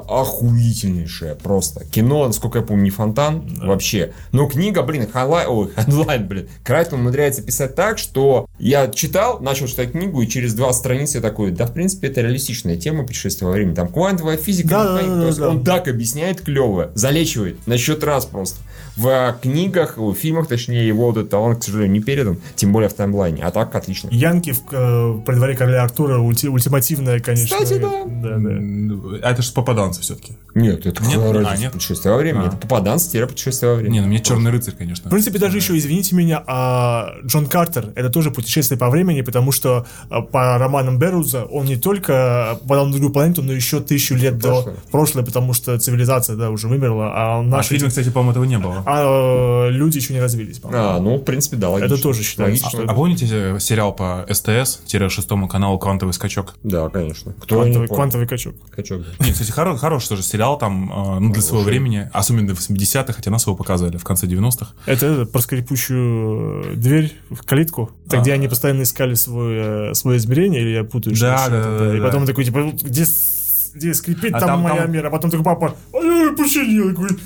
Speaker 1: охуительнейшая просто. Кино, насколько я помню, не фонтан вообще. Но книга, блин, Хайлай, ой, Хайлайн, блин. Крайтон умудряется писать так, что я читал, начал читать книгу, и через два страницы я такой, да, в принципе, это реалистичная тема путешествия во времени. Там квантовая физика.
Speaker 3: Да,
Speaker 1: механика».
Speaker 3: да, да,
Speaker 1: То есть
Speaker 3: да.
Speaker 1: Он так объясняет клево, залечивает на счет раз просто. В а, книгах, в фильмах, точнее, его вот этот талант, к сожалению, не передан, тем более в таймлайне. А так отлично.
Speaker 3: Янки в, э, при дворе короля Артура ульти- ультимативная, конечно.
Speaker 1: Кстати, да.
Speaker 3: да, да.
Speaker 2: М, А это же попаданцы все-таки.
Speaker 1: Нет, это
Speaker 2: Нет?
Speaker 1: какая
Speaker 2: А,
Speaker 1: разница
Speaker 2: нет?
Speaker 1: путешествие во времени.
Speaker 2: А.
Speaker 1: Это попаданство тире путешествие во времени.
Speaker 2: Не, ну мне «Черный рыцарь», конечно.
Speaker 3: В принципе, даже еще, извините меня, а, Джон Картер это тоже путешествие по времени, потому что а, по романам Беруза он не только попадал на другую планету, но еще тысячу лет до
Speaker 1: Прошлое.
Speaker 3: прошлой, потому что цивилизация да, уже вымерла, а
Speaker 2: А в
Speaker 3: наши...
Speaker 2: фильме, кстати, по-моему, этого не было.
Speaker 3: А э, люди еще не развились, по-моему.
Speaker 1: А, ну, в принципе, да, логично.
Speaker 3: Это тоже считается,
Speaker 1: Логично.
Speaker 3: что
Speaker 2: А помните э, сериал по СТС-шестому каналу «Квантовый скачок»?
Speaker 1: Да, конечно. Кто не
Speaker 3: Квантовый,
Speaker 1: понял?
Speaker 3: квантовый качок.
Speaker 1: Качок.
Speaker 2: Нет, кстати, хоро- хороший тоже сериал там, э, ну, для своего
Speaker 1: Хороший.
Speaker 2: времени, особенно в 80-х, хотя нас его показывали в конце 90-х.
Speaker 3: Это про скрипучую э, дверь в калитку, так,
Speaker 2: А.
Speaker 3: где они постоянно искали свое, свое измерение, или я путаю, что
Speaker 2: Да,
Speaker 3: ли,
Speaker 2: да,
Speaker 3: что-то.
Speaker 2: да, да,
Speaker 3: И
Speaker 2: да.
Speaker 3: потом такой, типа, где, с- где скрипит,
Speaker 2: А
Speaker 3: там,
Speaker 2: там-
Speaker 3: моя
Speaker 2: там-
Speaker 3: мера. А потом такой, папа, «А я починил. Я говорю,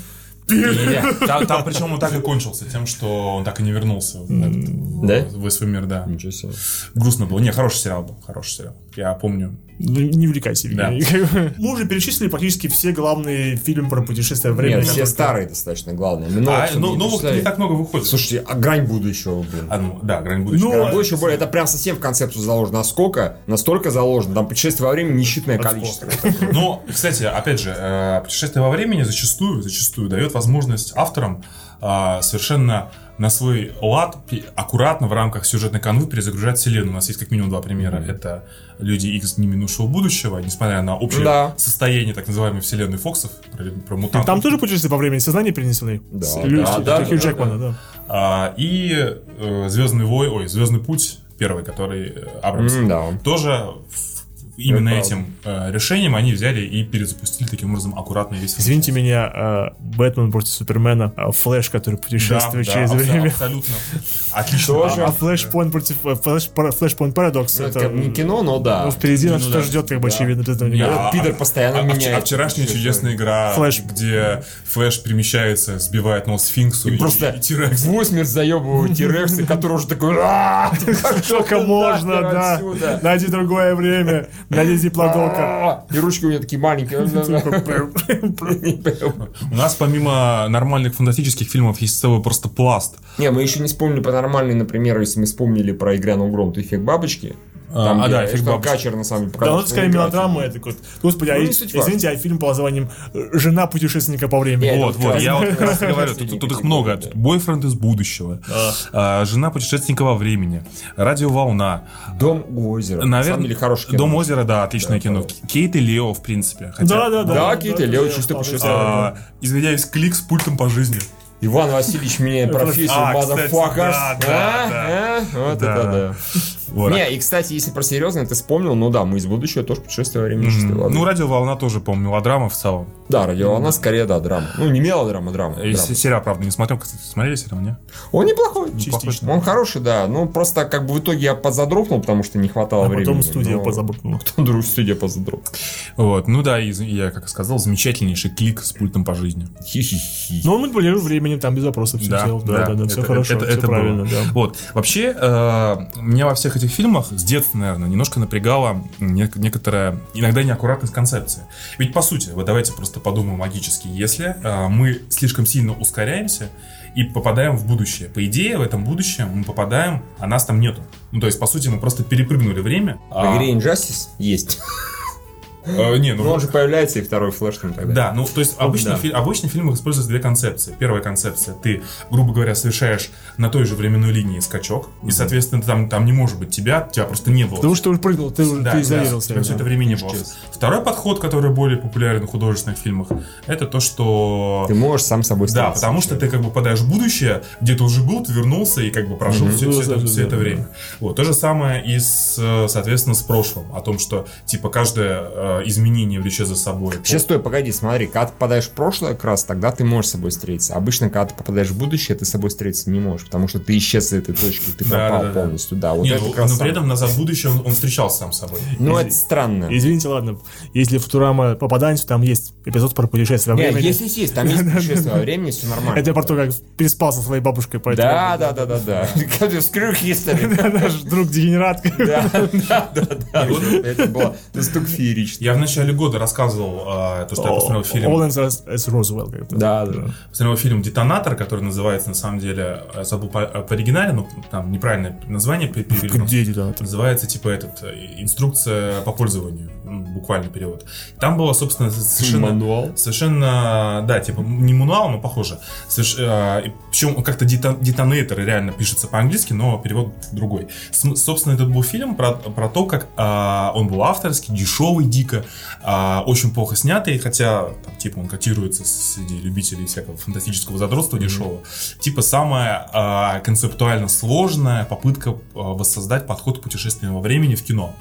Speaker 3: «Пи-».
Speaker 2: Э, Там, там причем он так и кончился тем, что он так и не вернулся в, этот- в-
Speaker 1: Да?
Speaker 2: в свой мир, да.
Speaker 1: Ничего себе.
Speaker 2: Грустно было. Не, хороший сериал был, хороший сериал. Я помню.
Speaker 3: Да «Ну, Не увлекайся,
Speaker 2: Да.
Speaker 3: Евгений. Мы уже перечислили практически все главные фильмы про путешествие во времени.
Speaker 1: Нет, все
Speaker 3: которые-
Speaker 1: старые достаточно, главное.
Speaker 2: А,
Speaker 1: Много ну,
Speaker 2: ну, новых не так много выходит.
Speaker 1: Слушайте, а грань будущего, блин.
Speaker 2: А, ну, да, грань будущего.
Speaker 3: Ну,
Speaker 1: Грань будущего, более- это прям совсем в концепцию заложено. Насколько? Настолько заложено. Там путешествие во времени несчитное количество.
Speaker 2: Но, кстати, опять же, э, путешествие во времени зачастую, зачастую дает возможность авторам э, совершенно на свой лад пе- аккуратно в рамках сюжетной канвы перезагружать вселенную. У нас есть как минимум два примера. Это «Люди Икс. Дни минувшего будущего», несмотря на общее
Speaker 1: Да.
Speaker 2: состояние так называемой вселенной Фоксов, про, про мутантов.
Speaker 3: Там тоже путешествие во времени сознания принесли.
Speaker 1: Да,
Speaker 3: С
Speaker 1: да,
Speaker 3: Лью-
Speaker 2: да,
Speaker 3: Хью
Speaker 2: да,
Speaker 3: Хью
Speaker 2: да,
Speaker 3: Джекмана, да.
Speaker 2: А, и э, «Звездный вой», ой, «Звездный путь» первый, который э, Абрамс.
Speaker 1: М, Да.
Speaker 2: Тоже в- именно
Speaker 1: Это
Speaker 2: этим э, решением они взяли и перезапустили таким образом аккуратно весь фильм.
Speaker 3: Извините меня, э, Бэтмен против Супермена, э, Флэш, который путешествует
Speaker 2: Да,
Speaker 3: через
Speaker 2: да, абсо-
Speaker 3: время.
Speaker 2: Абсолютно. Отлично.
Speaker 1: Тоже.
Speaker 3: А
Speaker 2: Да.
Speaker 3: Flashpoint против... э, Flash- пара- Flashpoint Paradox.
Speaker 1: Ну, это
Speaker 3: это,
Speaker 1: как не кино, но да.
Speaker 3: Ну, впереди нас
Speaker 2: ну
Speaker 3: что
Speaker 2: да.
Speaker 3: ждет, как бы,
Speaker 1: Да.
Speaker 3: очевидно, Э, без этого
Speaker 2: Не,
Speaker 3: никуда.
Speaker 1: Этот пидор постоянно
Speaker 2: а вч-
Speaker 1: меняет
Speaker 2: а вчерашняя
Speaker 1: всё
Speaker 2: чудесная игра,
Speaker 3: Флэш.
Speaker 2: где Флэш перемещается, сбивает нос сфинксу и,
Speaker 1: Просто
Speaker 2: и тирает.
Speaker 1: в усмерть заебывают Тирексы, который уже такой... «А, как
Speaker 3: Только
Speaker 1: же
Speaker 3: можно,
Speaker 1: нахер
Speaker 3: да.
Speaker 1: отсюда?»
Speaker 3: Найди другое время. Найди плодока.
Speaker 1: А, И ручки у меня такие маленькие.
Speaker 2: У нас помимо нормальных фантастических фильмов есть целый просто пласт.
Speaker 1: Не, мы еще не вспомнили по нормальной, например, если мы вспомнили про «Игряну гром», то эффект бабочки.
Speaker 2: А,
Speaker 1: Там,
Speaker 2: а,
Speaker 1: где,
Speaker 2: да, «Эффект
Speaker 1: что там
Speaker 2: бабочки».
Speaker 1: Качер, на самом деле,
Speaker 3: Да, ну
Speaker 1: показывает
Speaker 3: это скорее
Speaker 1: свою
Speaker 3: мелодрама,
Speaker 1: игру.
Speaker 3: это какой-то. Господи, а
Speaker 1: Ну, не
Speaker 3: есть-
Speaker 1: суть важна.
Speaker 3: извините, а фильм под названием э, «Жена путешественника по времени».
Speaker 1: Нет.
Speaker 2: Вот,
Speaker 1: это
Speaker 2: вот, я вот как раз и
Speaker 1: прекрасно.
Speaker 2: говорю, тут, тут их много. Тут бойфренд из будущего,
Speaker 3: Да.
Speaker 2: а, жена путешественника во времени, радиоволна.
Speaker 1: Дом у озера. На
Speaker 2: Наверное,
Speaker 1: самом деле, хороший кино.
Speaker 2: Дом озера, да, отличное кино. Кейт и Лео, в принципе. хотя-
Speaker 3: Да, да, да.
Speaker 1: Да, Кит и
Speaker 3: это
Speaker 1: Лео
Speaker 3: я
Speaker 1: чисто
Speaker 3: вполне
Speaker 1: путешествие.
Speaker 3: знаю.
Speaker 2: А, извиняюсь, клик с пультом по жизни.
Speaker 1: Иван Васильевич меняет профессию,
Speaker 2: А, кстати,
Speaker 1: motherfuckers.
Speaker 2: да, да,
Speaker 1: А? А? Вот
Speaker 2: Да.
Speaker 1: это да.
Speaker 2: Вот.
Speaker 1: Не, и, кстати, если про серьезное, ты вспомнил, ну да, мы из будущего тоже путешествие во времени чистые
Speaker 2: М,
Speaker 1: воды.
Speaker 2: Ну, радиоволна тоже, по-моему, мелодрама в целом.
Speaker 1: Да, радио, она скорее, да, драма. Ну, не мелодрама, драма.
Speaker 2: И
Speaker 1: драма.
Speaker 2: се- сериал, правда, не смотрел. Кстати, смотрели сериал, не? Ну,
Speaker 1: Он неплохой.
Speaker 2: Частично.
Speaker 1: Он хороший, да. Ну, просто как бы в итоге я подзадропнул, потому что не хватало
Speaker 3: А
Speaker 1: времени.
Speaker 3: потом студия
Speaker 1: но-
Speaker 3: позабыкнула.
Speaker 1: Друг студия позадропнула.
Speaker 2: Вот, ну да, и з- я, как и сказал, замечательнейший клик с пультом по жизни. Ну,
Speaker 1: Хи-хи-хи.
Speaker 3: Но Ну, он манипулировал временем, там без вопросов все
Speaker 2: Да,
Speaker 3: делал. Да,
Speaker 2: да,
Speaker 3: да, да,
Speaker 2: это-
Speaker 3: все хорошо,
Speaker 2: это-
Speaker 3: все
Speaker 2: это
Speaker 3: правильно,
Speaker 2: было.
Speaker 3: да.
Speaker 2: Вот, вообще, э, меня во всех этих фильмах с детства, наверное, немножко напрягала не- некоторая, иногда неаккуратность концепции. Ведь, по сути, вот давайте просто подумаем логически, если э, мы слишком сильно ускоряемся и попадаем в будущее. По идее, в этом будущем мы попадаем, а нас там нету. Ну, то есть, по сути, мы просто перепрыгнули время.
Speaker 1: В
Speaker 2: А,
Speaker 1: игре Injustice есть.
Speaker 2: э, не, ну,
Speaker 1: Но он же появляется и второй флеш там тогда.
Speaker 2: Да, ну то есть обычно,
Speaker 1: да.
Speaker 2: фи- обычно в фильмах используются две концепции. Первая концепция, ты, грубо говоря, совершаешь на той же временной линии скачок, и, соответственно, там, там не может быть тебя, тебя просто не было.
Speaker 3: Потому что ты уже прыгнул, ты уже
Speaker 2: Да,
Speaker 3: ты
Speaker 2: да,
Speaker 3: изолировался.
Speaker 2: тебя все это время не было.
Speaker 1: Честно.
Speaker 2: Второй подход, который более популярен в художественных фильмах, это то, что...
Speaker 1: Ты можешь сам с собой
Speaker 2: Да,
Speaker 1: встретиться.
Speaker 2: потому что ты как бы попадаешь в будущее, где ты уже был, ты вернулся и как бы прошел
Speaker 1: Мгм.
Speaker 2: все,
Speaker 3: Ну, да,
Speaker 2: это,
Speaker 3: да,
Speaker 2: всё
Speaker 3: да,
Speaker 2: это
Speaker 3: да.
Speaker 2: время. Вот, то же самое и, с, э, соответственно, с прошлым. О том, что, типа, каждое э, изменение влечет за собой.
Speaker 1: Сейчас, стой, погоди, смотри, когда ты попадаешь в прошлое, как раз тогда ты можешь с собой встретиться. Обычно, когда ты попадаешь в будущее, ты с собой встретиться не можешь, потому что ты исчез с этой точки, ты
Speaker 2: Да,
Speaker 1: попал
Speaker 2: да, да.
Speaker 1: полностью, да. Вот
Speaker 2: Не,
Speaker 1: это
Speaker 2: ну,
Speaker 1: как раз
Speaker 2: но при
Speaker 1: самое.
Speaker 2: этом назад в будущее он, он встречался сам с собой.
Speaker 1: Ну,
Speaker 3: Из-
Speaker 1: это странно.
Speaker 3: Извините, ладно, если Футурама попаданец, там есть эпизод про путешествие во
Speaker 1: Не,
Speaker 3: времени.
Speaker 1: есть, есть, есть, там есть путешествие во времени, все нормально.
Speaker 3: Это я про то, как переспал со своей бабушкой, поэтому...
Speaker 1: Да, да, да, да, да. Скрю history.
Speaker 3: Наш друг дегенерат.
Speaker 1: Да, да, да, да. Это было настолько феерично.
Speaker 2: Я в начале года рассказывал а, то, что я посмотрел фильм,
Speaker 3: Оленс С. Розуэлл. как-то.
Speaker 1: Да, да.
Speaker 2: посмотрел фильм Детонатор, который называется на самом деле э, забыл по, э, по оригинале, но там неправильное название пе- перевели.
Speaker 3: Где эти донаты?
Speaker 2: Называется типа этот э, инструкция по пользованию, м, буквальный перевод. Там было собственно
Speaker 1: ну,
Speaker 2: совершенно
Speaker 1: Мануал.
Speaker 2: Совершенно, да, типа, не мануал, но похоже. Соверш- э, и причем он как-то детон- детонатор реально пишется по-английски, но перевод другой. См- собственно, это был фильм про, про то, как э, он был а, авторский, дешевый, дико. Дика, а, очень плохо снятый, хотя там, типа он котируется среди любителей всякого фантастического задротства дешевого. Типа самая а, концептуально сложная попытка а, воссоздать подход к путешествиям во времени в кино.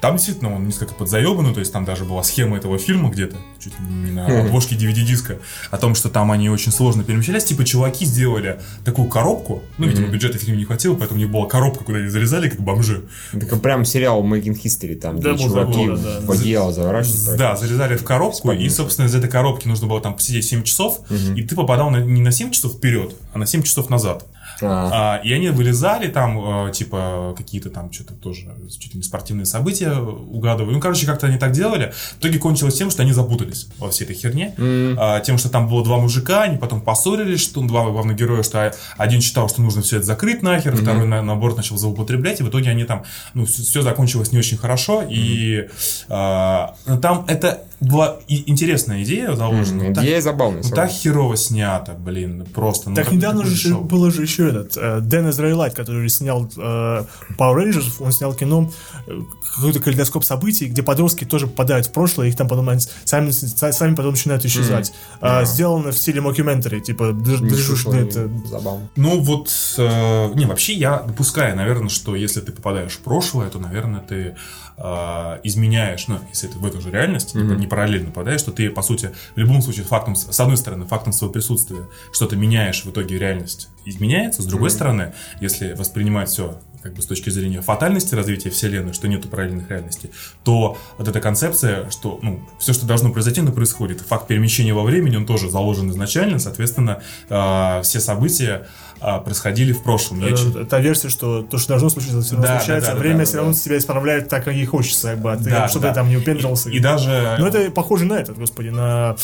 Speaker 2: Там действительно он несколько подзаебанный, то есть там даже была схема этого фильма где-то, чуть не на
Speaker 1: Мгм.
Speaker 2: обложке DVD-диска, о том, что там они очень сложно перемещались. Типа чуваки сделали такую коробку, ну, видимо,
Speaker 1: Мгм.
Speaker 2: бюджета фильма не хватило, поэтому у них была коробка, куда они залезали, как бомжи.
Speaker 1: Так прям сериал Making History, там,
Speaker 3: Да,
Speaker 1: где
Speaker 3: можно
Speaker 1: чуваки
Speaker 3: было, да.
Speaker 1: в одеяло заворачиваются.
Speaker 2: Да, залезали в коробку, и,
Speaker 1: Вспомнил.
Speaker 2: собственно, из этой коробки нужно было там посидеть 7 часов,
Speaker 1: Мгм.
Speaker 2: и ты попадал на- не на 7 часов вперед, а на 7 часов назад.
Speaker 1: А,
Speaker 2: А, и они вылезали там, э, типа, какие-то там что-то тоже, чуть ли не спортивные события угадывали. Ну, короче, как-то они так делали. В итоге кончилось тем, что они запутались во всей этой херне.
Speaker 1: м,
Speaker 2: А, тем, что там было два мужика, они потом поссорились, что ну, два главных героя, что один считал, что нужно все это закрыть нахер, второй на- наоборот начал злоупотреблять, и в итоге они там, ну, все закончилось не очень хорошо, и а, ну, там это была и- интересная идея заложена.
Speaker 1: м,
Speaker 2: но так-
Speaker 1: Идея забавная.
Speaker 2: ну, так
Speaker 1: согласен.
Speaker 2: херово снято, блин, просто. ну,
Speaker 3: Так
Speaker 2: как-
Speaker 3: недавно
Speaker 2: какое
Speaker 3: же
Speaker 2: шоу.
Speaker 3: было же еще этот э, Дэн Израилайт, который снял э, Power Rangers, он снял кино э, какой-то калейдоскоп событий, где подростки тоже попадают в прошлое, их там потом они сами, са- сами потом начинают исчезать. А, Сделано в стиле мокюментари, типа дж-
Speaker 1: Не
Speaker 3: джушный
Speaker 1: слышал,
Speaker 3: это.
Speaker 1: Забавно.
Speaker 2: Ну вот, э, не, вообще я допускаю, наверное, что если ты попадаешь в прошлое, то, наверное, ты э, изменяешь, ну, если ты в эту же реальность, не-
Speaker 1: Мгм.
Speaker 2: не параллельно попадаешь, то ты, по сути, в любом случае, фактом, с с одной стороны, фактом своего присутствия, что ты меняешь в итоге реальность, изменяется, с другой стороны, если воспринимать все как бы с точки зрения фатальности развития вселенной, что нету параллельных реальностей, то вот эта концепция, что ну, все, что должно произойти, оно происходит. Факт перемещения во времени, он тоже заложен изначально, соответственно, э, все события э, происходили в прошлом. Я чит-
Speaker 3: э, Та версия, что то, что должно случиться, все равно
Speaker 2: Да, да,
Speaker 3: случается,
Speaker 2: да,
Speaker 3: а
Speaker 2: да,
Speaker 3: время
Speaker 1: да,
Speaker 3: все
Speaker 1: да.
Speaker 3: равно себя исправляет так, как ей хочется, как бы, а ты
Speaker 2: Да,
Speaker 3: что-то
Speaker 2: да.
Speaker 3: там не упендрился.
Speaker 2: И даже...
Speaker 3: Ну, это похоже на этот, господи, на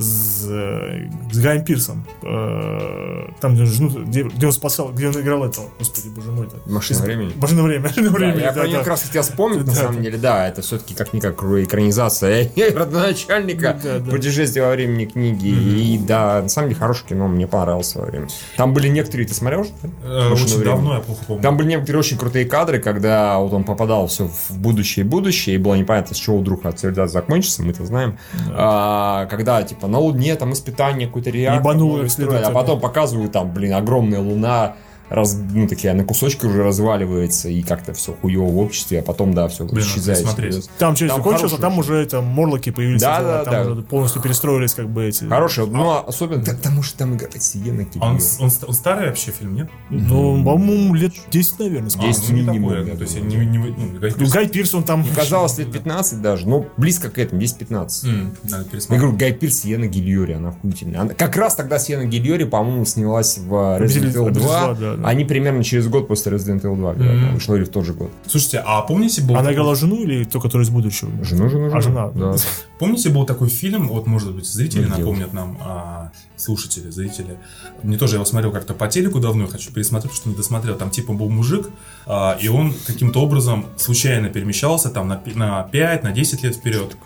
Speaker 3: с, э, с Гаем Пирсом. Э, Там, где, он жену- где, где он спасал, где он играл этого. Господи, боже мой, это.
Speaker 1: Машина времени.
Speaker 3: Боже на время, на
Speaker 1: Да,
Speaker 3: время,
Speaker 1: я
Speaker 3: да,
Speaker 1: про нее
Speaker 3: да.
Speaker 1: как раз хотел вспомнить, на
Speaker 3: Да.
Speaker 1: самом деле, да, это все-таки как-никак экранизация родоначальника
Speaker 3: Да, да.
Speaker 1: путешествия во времени книги. И да, на самом деле хорошее кино, мне понравилось в свое время. Там были некоторые, ты смотрел? что ли?
Speaker 2: э,
Speaker 1: «Машина
Speaker 2: очень
Speaker 1: времени»?
Speaker 2: давно, я плохо помню.
Speaker 1: Там были некоторые очень крутые кадры, когда вот он попадал все в будущее и будущее, и было непонятно, с чего вдруг от закончится, мы это знаем. А, когда, типа, на Луне там испытание, какой-то реактор.
Speaker 3: Ебануло
Speaker 1: новый
Speaker 3: их
Speaker 1: строили,
Speaker 3: следователя.
Speaker 1: А потом показывают там, блин, огромная Луна, раз, ну, такие, на кусочки уже разваливается, и как-то все хуево в обществе, а потом, да, все
Speaker 2: Блин, надо
Speaker 1: исчезает.
Speaker 2: посмотреть.
Speaker 3: Там через
Speaker 1: Там
Speaker 3: закончился,
Speaker 1: хороший
Speaker 3: там
Speaker 1: очень.
Speaker 3: уже это морлоки появились.
Speaker 1: Да,
Speaker 3: уже,
Speaker 1: да,
Speaker 3: там
Speaker 1: да.
Speaker 3: уже полностью перестроились, как бы эти.
Speaker 1: Хороший, ну, а особенно, да, потому что там играет Сиена
Speaker 2: А Он,
Speaker 1: Кирилл.
Speaker 2: с- он ст- он старый вообще фильм, нет?
Speaker 3: Ну, по-моему, лет 10, наверное. сколько.
Speaker 2: А,
Speaker 1: 10
Speaker 2: ну, не
Speaker 1: минимум,
Speaker 2: такое,
Speaker 1: я
Speaker 2: То есть я не...
Speaker 1: думаю.
Speaker 2: не- ну, Гай
Speaker 3: Ну,
Speaker 2: Пирс-
Speaker 3: Гай Пирс, он там...
Speaker 1: Казалось, лет 15 даже, ну, близко к этому, 10-15.
Speaker 2: М,
Speaker 1: Я
Speaker 2: надо пересмотреть.
Speaker 1: говорю, Гай Пирс, Сиена Гильори, она охуительная. Она- как раз тогда Сиена Гильори, по-моему, снялась в э, Resident
Speaker 3: Обитель-
Speaker 1: Evil 2.
Speaker 3: Обитель зла, да, да.
Speaker 1: Они примерно через год после Resident Evil 2 вероятно,
Speaker 2: Мгм.
Speaker 1: вышла или в тот же год.
Speaker 2: Слушайте, а помните, был
Speaker 3: Она
Speaker 2: такой
Speaker 3: играла жену или ту, которая из будущего?
Speaker 1: Жену, жену, жену.
Speaker 3: А, жена.
Speaker 1: Да.
Speaker 2: Помните, был такой фильм, вот, может быть, зрители
Speaker 1: Ну, где
Speaker 2: напомнят нам, а, слушатели, зрители. Мне тоже, я его смотрел как-то по телеку давно, я хочу пересмотреть, потому что не досмотрел. Там типа был мужик, а, и он каким-то образом случайно перемещался там на, пи- на 5, на 10 лет вперед.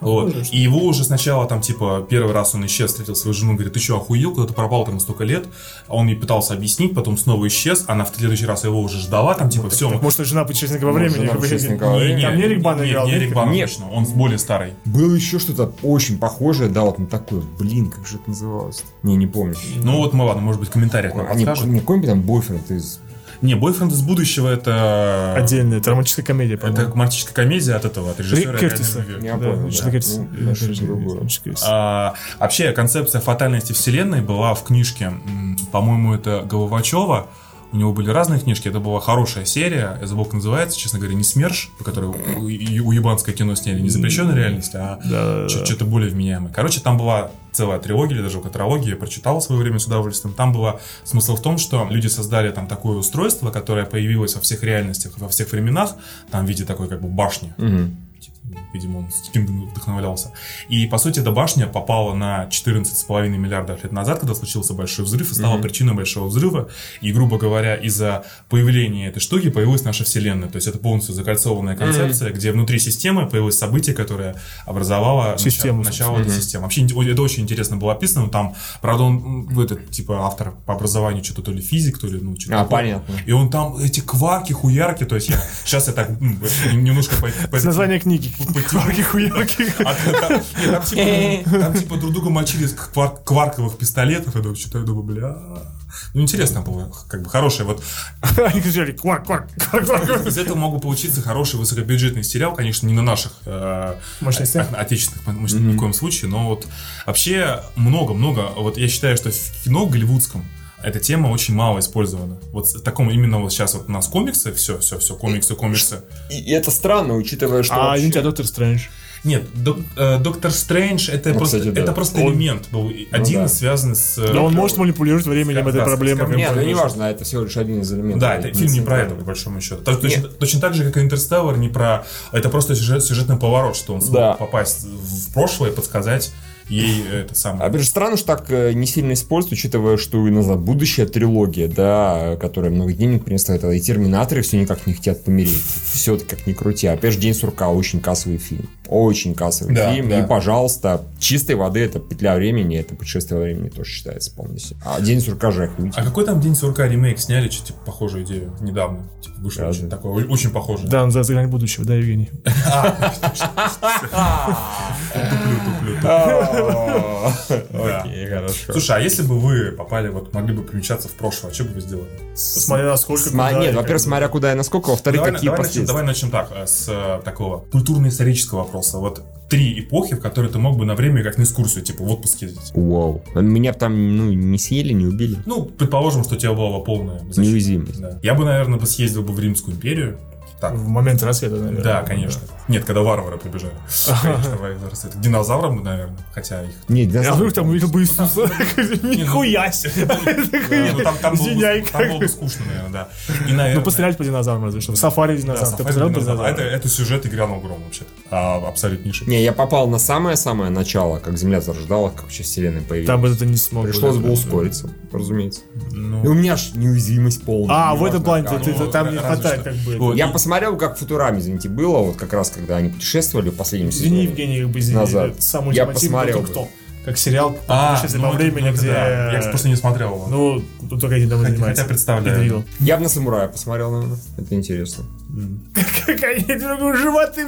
Speaker 2: Вот.
Speaker 3: Похоже, что-
Speaker 2: И его уже сначала там, типа, первый раз он исчез, встретил свою жену, говорит, ты что, охуел, куда ты пропал там столько лет? А он ей пытался объяснить, потом снова исчез, она в следующий раз его уже ждала, там, типа, все,
Speaker 3: Ну, Так, может, это жена путешественника во
Speaker 1: Может,
Speaker 3: времени?
Speaker 1: жена
Speaker 3: как бы,
Speaker 1: путешественника во
Speaker 3: или-
Speaker 1: времени.
Speaker 3: Там не Рик Бан играл,
Speaker 2: не
Speaker 3: да?
Speaker 2: Эрик Бана
Speaker 1: Нет.
Speaker 2: точно, он более старый.
Speaker 1: Было еще что-то очень похожее, да, вот на такое. Блин, как же это называлось? Не, не помню.
Speaker 2: Ну вот мы, ладно, может быть, в комментариях нам
Speaker 1: А не,
Speaker 2: подскажут.
Speaker 1: не какой-нибудь там бойфренд из...
Speaker 2: Не, «Бойфренд из будущего» — это...
Speaker 3: Отдельная, это романтическая комедия,
Speaker 2: Это
Speaker 3: по-моему.
Speaker 2: романтическая комедия от этого, от режиссера.
Speaker 3: Рик Кертиса.
Speaker 2: реальной любви.
Speaker 1: Я понял,
Speaker 3: Ричард
Speaker 1: да.
Speaker 3: Гирс.
Speaker 1: Ну, да, что-то другое.
Speaker 2: А, вообще, концепция фатальности вселенной была в книжке, м, по-моему, это Головачева. У него были разные книжки, это была хорошая серия, я забыл, как называется, честно говоря, не «Смерш», по которой у- у- уебанское кино сняли, не запрещенная реальность, а
Speaker 3: Да, да, да.
Speaker 2: что-то более вменяемое. Короче, там была целая трилогия, или даже катрология, я прочитал в свое время с удовольствием. Там было смысл в том, что люди создали там такое устройство, которое появилось во всех реальностях, во всех временах, там в виде такой как бы башни,
Speaker 1: Мгм.
Speaker 2: Видимо, он с Кингом вдохновлялся. И, по сути, эта башня попала на 14,5 миллиардов лет назад, когда случился большой взрыв, и стала причиной большого взрыва. И, грубо говоря, из-за появления этой штуки появилась наша Вселенная. То есть это полностью закольцованная концепция, где внутри системы появилось событие, которое образовало нача-
Speaker 3: Систему,
Speaker 2: начало этой системы. Вообще, ин- это очень интересно было описано. Там, правда, он, м, этот, типа, автор по образованию что-то то ли физик, то ли, ну, что-то
Speaker 1: А,
Speaker 2: такое.
Speaker 1: понятно.
Speaker 2: И он там эти кварки, хуярки, то есть я сейчас я так м, немножко по, по
Speaker 3: Название книги. Кварки-хуярки.
Speaker 2: А там, не, там типа, там типа друг друга мочили из квар- кварковых пистолетов. Я думаю, что-то я думаю, бля. Ну, интересно было, как бы хорошее. Вот
Speaker 3: Они кричали кварк-кварк.
Speaker 2: из этого мог бы получиться хороший высокобюджетный сериал, конечно, не на наших э,
Speaker 3: Мощностях?
Speaker 2: о- отечественных мощностях ни в коем случае, но вот вообще много-много. Вот я считаю, что в кино голливудском эта тема очень мало использована. Вот в таком именно вот сейчас вот у нас комиксы, все, все, все, комиксы, комиксы.
Speaker 1: И, и это странно, учитывая, что...
Speaker 3: А,
Speaker 1: вообще-
Speaker 3: извините, а Доктор Стрэндж.
Speaker 2: Нет, док- э, Доктор Стрэндж это
Speaker 1: Ну,
Speaker 2: просто,
Speaker 1: кстати, да. Ну
Speaker 2: это просто
Speaker 3: Он-
Speaker 2: элемент был и- один,
Speaker 1: да.
Speaker 2: связанный с. э,
Speaker 3: Да он может манипулировать временем
Speaker 2: Как
Speaker 3: этой
Speaker 2: раз,
Speaker 3: проблемы.
Speaker 2: как
Speaker 3: как
Speaker 1: Нет,
Speaker 3: бы.
Speaker 1: ну не важно, это всего лишь один из элементов.
Speaker 2: Да, это фильм не про это,
Speaker 1: центральный.
Speaker 2: по большому счету. Так, точно, точно так же, как и Интерстеллар, не про. Это просто сюжет- сюжетный поворот, что он смог
Speaker 1: Да.
Speaker 2: попасть в прошлое и подсказать ей это самое.
Speaker 1: А, Опять же, странно, что так э, не сильно используют, учитывая, что и назад будущая трилогия, да, э, которая много денег принесла, это и Терминаторы все никак не хотят помереть. Все это как ни крути. А Опять же, День сурка очень кассовый фильм. Очень кассовый
Speaker 2: Да,
Speaker 1: фильм.
Speaker 2: да.
Speaker 1: И, пожалуйста, чистой воды это петля времени, это путешествие во времени тоже считается вполне себе. А День сурка же
Speaker 2: А
Speaker 1: охуительный.
Speaker 2: какой там День сурка ремейк сняли, что типа похожую идею недавно. Типа вышло
Speaker 1: Разве?
Speaker 2: очень такое, о- очень похоже.
Speaker 3: Да, он за за грань будущего, да, Евгений?
Speaker 2: Туплю, туплю, туплю. А. Да.
Speaker 1: Окей, хорошо.
Speaker 2: Слушай, а если бы вы попали, вот могли бы примчаться в прошлое, а что бы вы сделали?
Speaker 3: Смотря насколько...
Speaker 1: Сма-
Speaker 3: куда и
Speaker 1: Нет,
Speaker 3: как
Speaker 1: во-первых,
Speaker 3: бы.
Speaker 1: смотря куда и насколько, во-вторых,
Speaker 2: Давай,
Speaker 1: какие
Speaker 2: давай начнем,
Speaker 1: последствия.
Speaker 2: давай начнем так, э, с э, такого культурно-исторического вопроса. Вот три эпохи, в которые ты мог бы на время как на экскурсию, типа в отпуске ездить.
Speaker 1: Вау. Меня б там, ну, не съели, не убили.
Speaker 2: Ну, предположим, что у тебя была бы полная защита.
Speaker 1: Неуязвимость.
Speaker 2: Да. Я бы, наверное, бы съездил бы в Римскую империю. Так,
Speaker 3: В момент рассвета, наверное.
Speaker 2: да, конечно. Нет, когда варвары прибежали. Конечно, варвары. Динозаврам, бы, наверное, хотя их...
Speaker 1: Нет,
Speaker 3: А вдруг там увидел бы Иисуса? ну, Нихуя
Speaker 2: Не, ну
Speaker 3: себе!
Speaker 2: там, там было бы,
Speaker 3: Извиняй,
Speaker 2: там
Speaker 3: как
Speaker 2: было
Speaker 3: бы.
Speaker 2: бы скучно, наверное, да. И, наверное,
Speaker 3: Ну, пострелять по динозаврам разве что. В сафари
Speaker 2: да,
Speaker 3: динозавр. Ты
Speaker 2: сафари
Speaker 3: пострелял по
Speaker 2: динозавра. это,
Speaker 3: динозаврам?
Speaker 2: это сюжет игра на угром вообще-то. А, абсолютнейший.
Speaker 1: Не, я попал на самое-самое начало, как Земля зарождалась, как вообще Вселенная появилась.
Speaker 3: Там бы это не смог.
Speaker 1: Пришлось
Speaker 3: блядь.
Speaker 1: бы ускориться, разумеется.
Speaker 2: Ну,
Speaker 1: И у меня ж неуязвимость полная.
Speaker 3: А,
Speaker 1: неважно
Speaker 3: в этом плане ты-
Speaker 1: как.
Speaker 3: ты-
Speaker 2: ну,
Speaker 3: ты- там не
Speaker 2: разве
Speaker 3: хватает
Speaker 2: что.
Speaker 3: как бы. ну,
Speaker 2: Вот.
Speaker 1: Я посмотрел, как в Футураме, извините, было, вот как раз, когда они путешествовали в последнем
Speaker 3: Извини,
Speaker 1: сезоне.
Speaker 3: Евгений, как бы извини.
Speaker 1: Назад.
Speaker 3: это Сам
Speaker 1: Я
Speaker 3: ультимативный
Speaker 1: посмотрел
Speaker 3: «Доктор
Speaker 1: бы.
Speaker 3: Кто». Как сериал
Speaker 2: а,
Speaker 3: «Путешествие
Speaker 2: ну,
Speaker 3: во
Speaker 2: это-
Speaker 3: времени,
Speaker 2: ну, это
Speaker 3: где...
Speaker 2: да. Я, кстати, просто не смотрел его.
Speaker 3: типа, Ну, ну, только один давно
Speaker 2: Хотя-
Speaker 3: занимается.
Speaker 2: хотя представляю.
Speaker 3: Педрило.
Speaker 1: Я бы на самурая посмотрел, наверное. Это интересно.
Speaker 3: Как они друг другу животы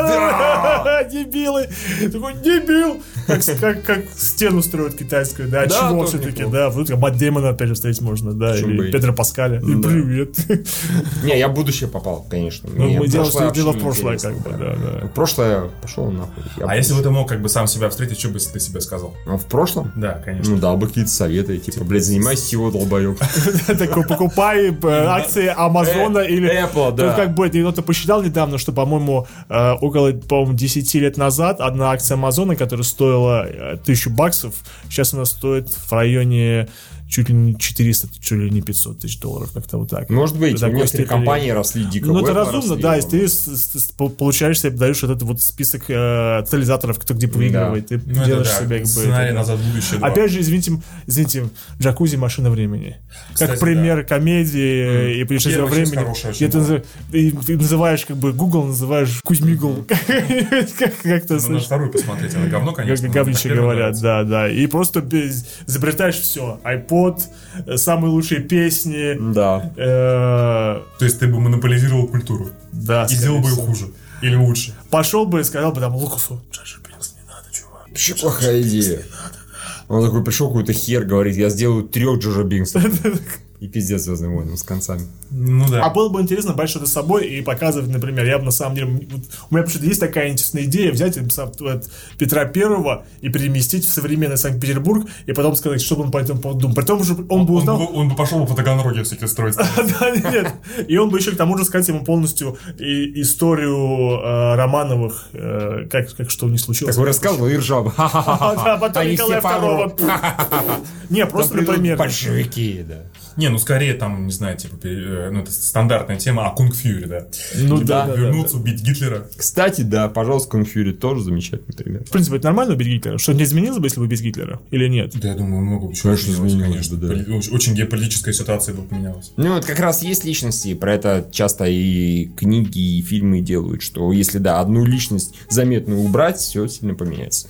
Speaker 3: вспарывают, дебилы. Такой дебил. Как, с- как, как стену строят китайскую, да,
Speaker 1: Да,
Speaker 3: чего
Speaker 1: тоже
Speaker 3: все-таки,
Speaker 1: неплохо.
Speaker 3: да. Вдруг там Бат Деймона опять же встретить можно, да,
Speaker 1: Почему бы
Speaker 3: или
Speaker 1: и-
Speaker 3: Петра Паскаля. И
Speaker 1: Да.
Speaker 3: привет.
Speaker 1: Не, я в будущее попал, конечно.
Speaker 3: Ну,
Speaker 1: Мне
Speaker 3: мы дело,
Speaker 1: прошлое
Speaker 3: что дело в
Speaker 1: вообще
Speaker 3: прошлое, как
Speaker 1: неинтересно,
Speaker 3: бы, да, да.
Speaker 1: Прошлое пошел нахуй. Я
Speaker 2: А
Speaker 1: бы-
Speaker 2: если бы ты мог как бы сам себя встретить, что бы ты себе сказал?
Speaker 1: А в прошлом?
Speaker 2: Да, конечно.
Speaker 1: Ну, дал бы какие-то советы, типа, блядь, занимайся всего, долбоёб.
Speaker 3: Такой, покупай э, акции Амазона
Speaker 1: Э,
Speaker 3: или...
Speaker 1: Apple,
Speaker 3: Тут
Speaker 1: да.
Speaker 3: как бы это кто-то посчитал недавно, что, по-моему, э, около, по-моему, 10 лет назад одна акция Амазона, которая стоила э, 1000 баксов, сейчас она стоит в районе чуть ли не 400, чуть ли не 500 тысяч долларов, как-то вот так.
Speaker 1: Может быть,
Speaker 3: До
Speaker 1: у
Speaker 3: такой
Speaker 1: некоторые
Speaker 3: степени.
Speaker 1: компании росли дико.
Speaker 3: Ну, это
Speaker 1: Apple
Speaker 3: разумно,
Speaker 1: росли,
Speaker 3: да,
Speaker 1: там.
Speaker 3: если ты с- с- с- по- получаешь себе, даешь вот этот вот список э, тотализаторов, кто где выигрывает, ты
Speaker 2: Ну, это
Speaker 3: делаешь
Speaker 2: да,
Speaker 3: себе как бы...
Speaker 2: сценарий
Speaker 3: это, да.
Speaker 2: назад в будущее. два».
Speaker 3: Опять же, извините, м- извините, джакузи машина времени.
Speaker 2: Кстати,
Speaker 3: как пример комедии и путешествия во
Speaker 2: Первая часть
Speaker 3: времени.
Speaker 2: хорошая очень
Speaker 3: Где ты, назы- и ты называешь как бы Google, называешь Кузьмигл. Как-
Speaker 2: Ну,
Speaker 3: Как-то
Speaker 2: надо
Speaker 3: слышишь.
Speaker 2: вторую посмотреть, она говно,
Speaker 3: Как
Speaker 2: конечно. но
Speaker 3: говнище
Speaker 2: так первая
Speaker 3: говорят,
Speaker 2: нравится.
Speaker 3: да, да. И просто без- изобретаешь все. iPod, э, самые лучшие песни.
Speaker 1: Да.
Speaker 3: э,
Speaker 2: То есть ты бы монополизировал культуру.
Speaker 3: Да,
Speaker 2: И сделал бы ее
Speaker 3: скорее всего.
Speaker 2: хуже. Или лучше.
Speaker 3: Пошел бы и сказал бы там Лукасу.
Speaker 2: Джорджа Пирс, не надо, чувак.
Speaker 1: Вообще плохая идея. Он такой пришел какой-то хер, говорит, я сделаю трех Джорджа Бинкса. И пиздец Звездный войн с концами.
Speaker 2: Ну да.
Speaker 3: А было бы интересно брать что-то с собой и показывать, например, я бы на самом деле... вот у меня почему-то есть такая интересная идея взять и сам- вот Петра Первого и переместить в современный Санкт-Петербург и потом сказать, что бы он по этому поводу думал. Притом уже он бы
Speaker 2: он,
Speaker 3: узнал...
Speaker 2: бы, он бы пошел бы по Таганроге всякие строить.
Speaker 3: Да, нет. И он бы еще к тому же сказать ему полностью и- историю э, Романовых, э, как, как что у них случилось.
Speaker 1: Такой рассказывал и ржал.
Speaker 3: А, да, потом
Speaker 1: Они
Speaker 3: Николая
Speaker 1: все помрут.
Speaker 3: Второго. Не, просто,
Speaker 1: Там придут
Speaker 3: например.
Speaker 1: Большевики, да.
Speaker 2: Не, ну скорее там, не знаю, типа, пере- э, ну это стандартная тема, а Кунг Фьюри, да.
Speaker 3: Ну
Speaker 2: Типа,
Speaker 3: да, да, да,
Speaker 2: Вернуться, убить Гитлера.
Speaker 1: Кстати, да, пожалуйста, Конфьюри тоже замечательный пример.
Speaker 3: В принципе, это нормально убить Гитлера? Что-нибудь изменилось бы, если бы без Гитлера? Или нет?
Speaker 2: Да, я думаю, много бы чего
Speaker 1: Конечно,
Speaker 2: изменилось,
Speaker 1: изменилось бы, да.
Speaker 2: Поли- оч- Очень геополитическая ситуация бы поменялась.
Speaker 1: Ну, вот как раз есть личности, про это часто и книги, и фильмы делают, что если, да, одну личность заметную убрать, все сильно поменяется.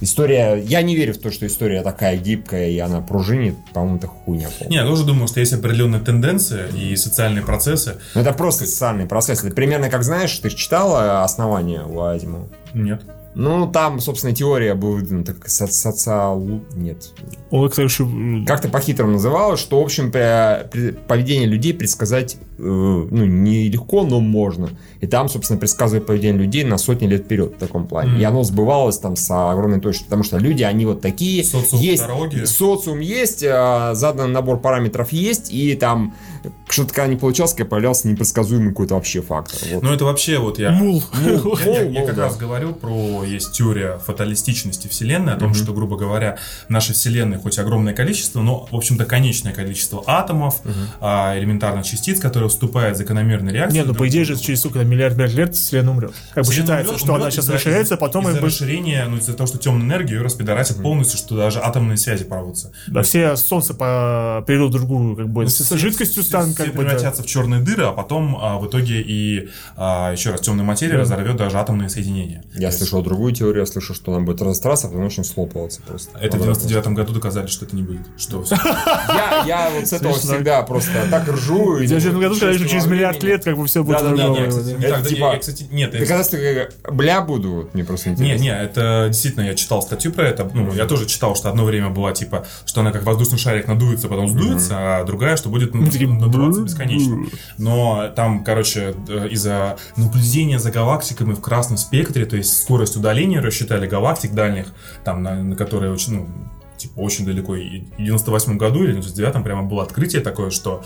Speaker 1: История... Я не верю в то, что история такая гибкая, и она пружинит. По-моему, это хуйня. полная.
Speaker 2: Не, я тоже думаю, что есть определенные тенденции и социальные процессы.
Speaker 1: Ну, это просто социальный процесс. Это примерно как, знаешь, ты же читала «Основание» у Азимова?
Speaker 2: Нет.
Speaker 1: Ну, там, собственно, теория была выдвинута как со- социал... Нет.
Speaker 3: Он, кстати, еще... м,
Speaker 1: Как-то по-хитрому называлось, что, в общем, пре- пре- поведение людей предсказать, э, ну, нелегко, но можно. И там, собственно, предсказывают поведение людей на сотни лет вперед в таком плане.
Speaker 2: Мгм.
Speaker 1: И оно сбывалось там с огромной точностью, потому что люди, они вот такие.
Speaker 2: Социум
Speaker 1: есть,
Speaker 2: дороги.
Speaker 1: социум есть, э, задан набор параметров есть, и там что-то когда не получалось, когда появлялся непредсказуемый какой-то вообще фактор. Вот.
Speaker 2: Ну, это вообще вот я...
Speaker 3: Мул.
Speaker 2: Я, я-
Speaker 1: Мол,
Speaker 2: я
Speaker 1: мол,
Speaker 2: как
Speaker 1: да.
Speaker 2: раз говорил про есть теория фаталистичности Вселенной, о том,
Speaker 1: Мгм.
Speaker 2: что, грубо говоря, наша Вселенная хоть огромное количество, но, в общем-то, конечное количество атомов, а, элементарных частиц, которые вступают в закономерные реакции.
Speaker 3: Не, ну по идее же через сколько там, миллиард миллиард лет Вселенная умрет. Как бы
Speaker 2: Вселенная
Speaker 3: считается,
Speaker 2: умрет-
Speaker 3: что она
Speaker 2: умрет
Speaker 3: сейчас
Speaker 2: из-за-
Speaker 3: расширяется, а потом
Speaker 2: из-за
Speaker 3: и больше.
Speaker 2: расширения, ну, из-за того, что темная энергия ее распидорасит полностью, что даже атомные связи порвутся.
Speaker 3: Да, все солнце по... перейдут в другую, как бы,
Speaker 2: Ну,
Speaker 3: с,
Speaker 2: все-
Speaker 3: жидкостью
Speaker 2: все-
Speaker 3: станут,
Speaker 2: все
Speaker 3: как бы, да.
Speaker 2: превратятся в черные дыры, а потом а, в итоге и а, еще раз темная материя
Speaker 3: Да.
Speaker 2: разорвет даже атомные соединения. То
Speaker 1: Я
Speaker 2: есть
Speaker 1: слышал другую теорию, я слышал, что там будет разостраться, а потом очень слопываться просто.
Speaker 2: Это в
Speaker 1: Обратно.
Speaker 2: 99 году доказали, что это не будет. Что всё.
Speaker 1: Я, я вот с этого
Speaker 3: Смешно.
Speaker 1: всегда просто так ржу. и
Speaker 3: Я тебе
Speaker 1: думаю,
Speaker 3: говорю,
Speaker 1: честного
Speaker 3: что через миллиард
Speaker 1: времени.
Speaker 3: лет как бы все будет
Speaker 1: Да-да-да,
Speaker 2: Да,
Speaker 3: по-другому.
Speaker 2: не, я, кстати, не
Speaker 1: Это
Speaker 2: так, да,
Speaker 1: типа-
Speaker 2: я, кстати, нет, я-
Speaker 1: Ты когда ты бля буду, вот мне просто
Speaker 2: Не,
Speaker 1: интересно.
Speaker 2: не, это действительно, я читал статью про это. Ну, я тоже читал, что одно время было типа, что она как воздушный шарик надуется, потом сдуется, а другая, что будет ну,
Speaker 3: Мы такие, «Мм, ну,
Speaker 2: надуваться
Speaker 3: «Бррр».
Speaker 2: бесконечно. Но там, короче, э, из-за наблюдения за галактиками в красном спектре, то есть скорость удаления рассчитали галактик дальних, там, на, на которые очень, ну, типа, очень далеко. И в 98 году или в 99 прямо было открытие такое, что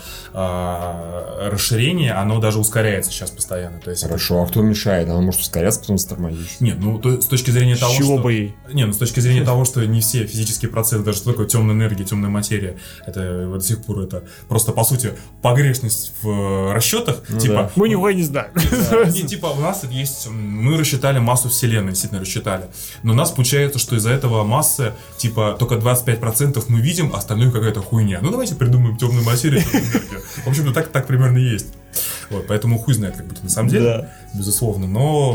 Speaker 2: а, расширение, оно даже ускоряется сейчас постоянно. То есть это
Speaker 1: Хорошо, а кто мешает? Она может ускоряться, потом затормозить.
Speaker 2: нет, ну то- с точки зрения
Speaker 3: С
Speaker 2: того,
Speaker 3: чего
Speaker 2: что...
Speaker 3: бы ей?
Speaker 2: Не, ну с точки зрения того, что не все физические процессы, даже что такое темная энергия, темная материя, это э, до сих пор это просто, по сути, погрешность в э, расчетах.
Speaker 1: Ну
Speaker 2: типа,
Speaker 3: Мы нихуя не знаем.
Speaker 2: да, и типа у нас есть, м, мы рассчитали массу Вселенной, действительно рассчитали. Но у нас получается, что из-за этого массы, типа, только 25% мы видим, а остальное какая-то хуйня. Ну давайте придумаем темную материю, темную энергию. В общем-то, так, так примерно и есть. Вот, поэтому хуй знает, как будет на самом деле,
Speaker 3: Да.
Speaker 2: безусловно, но...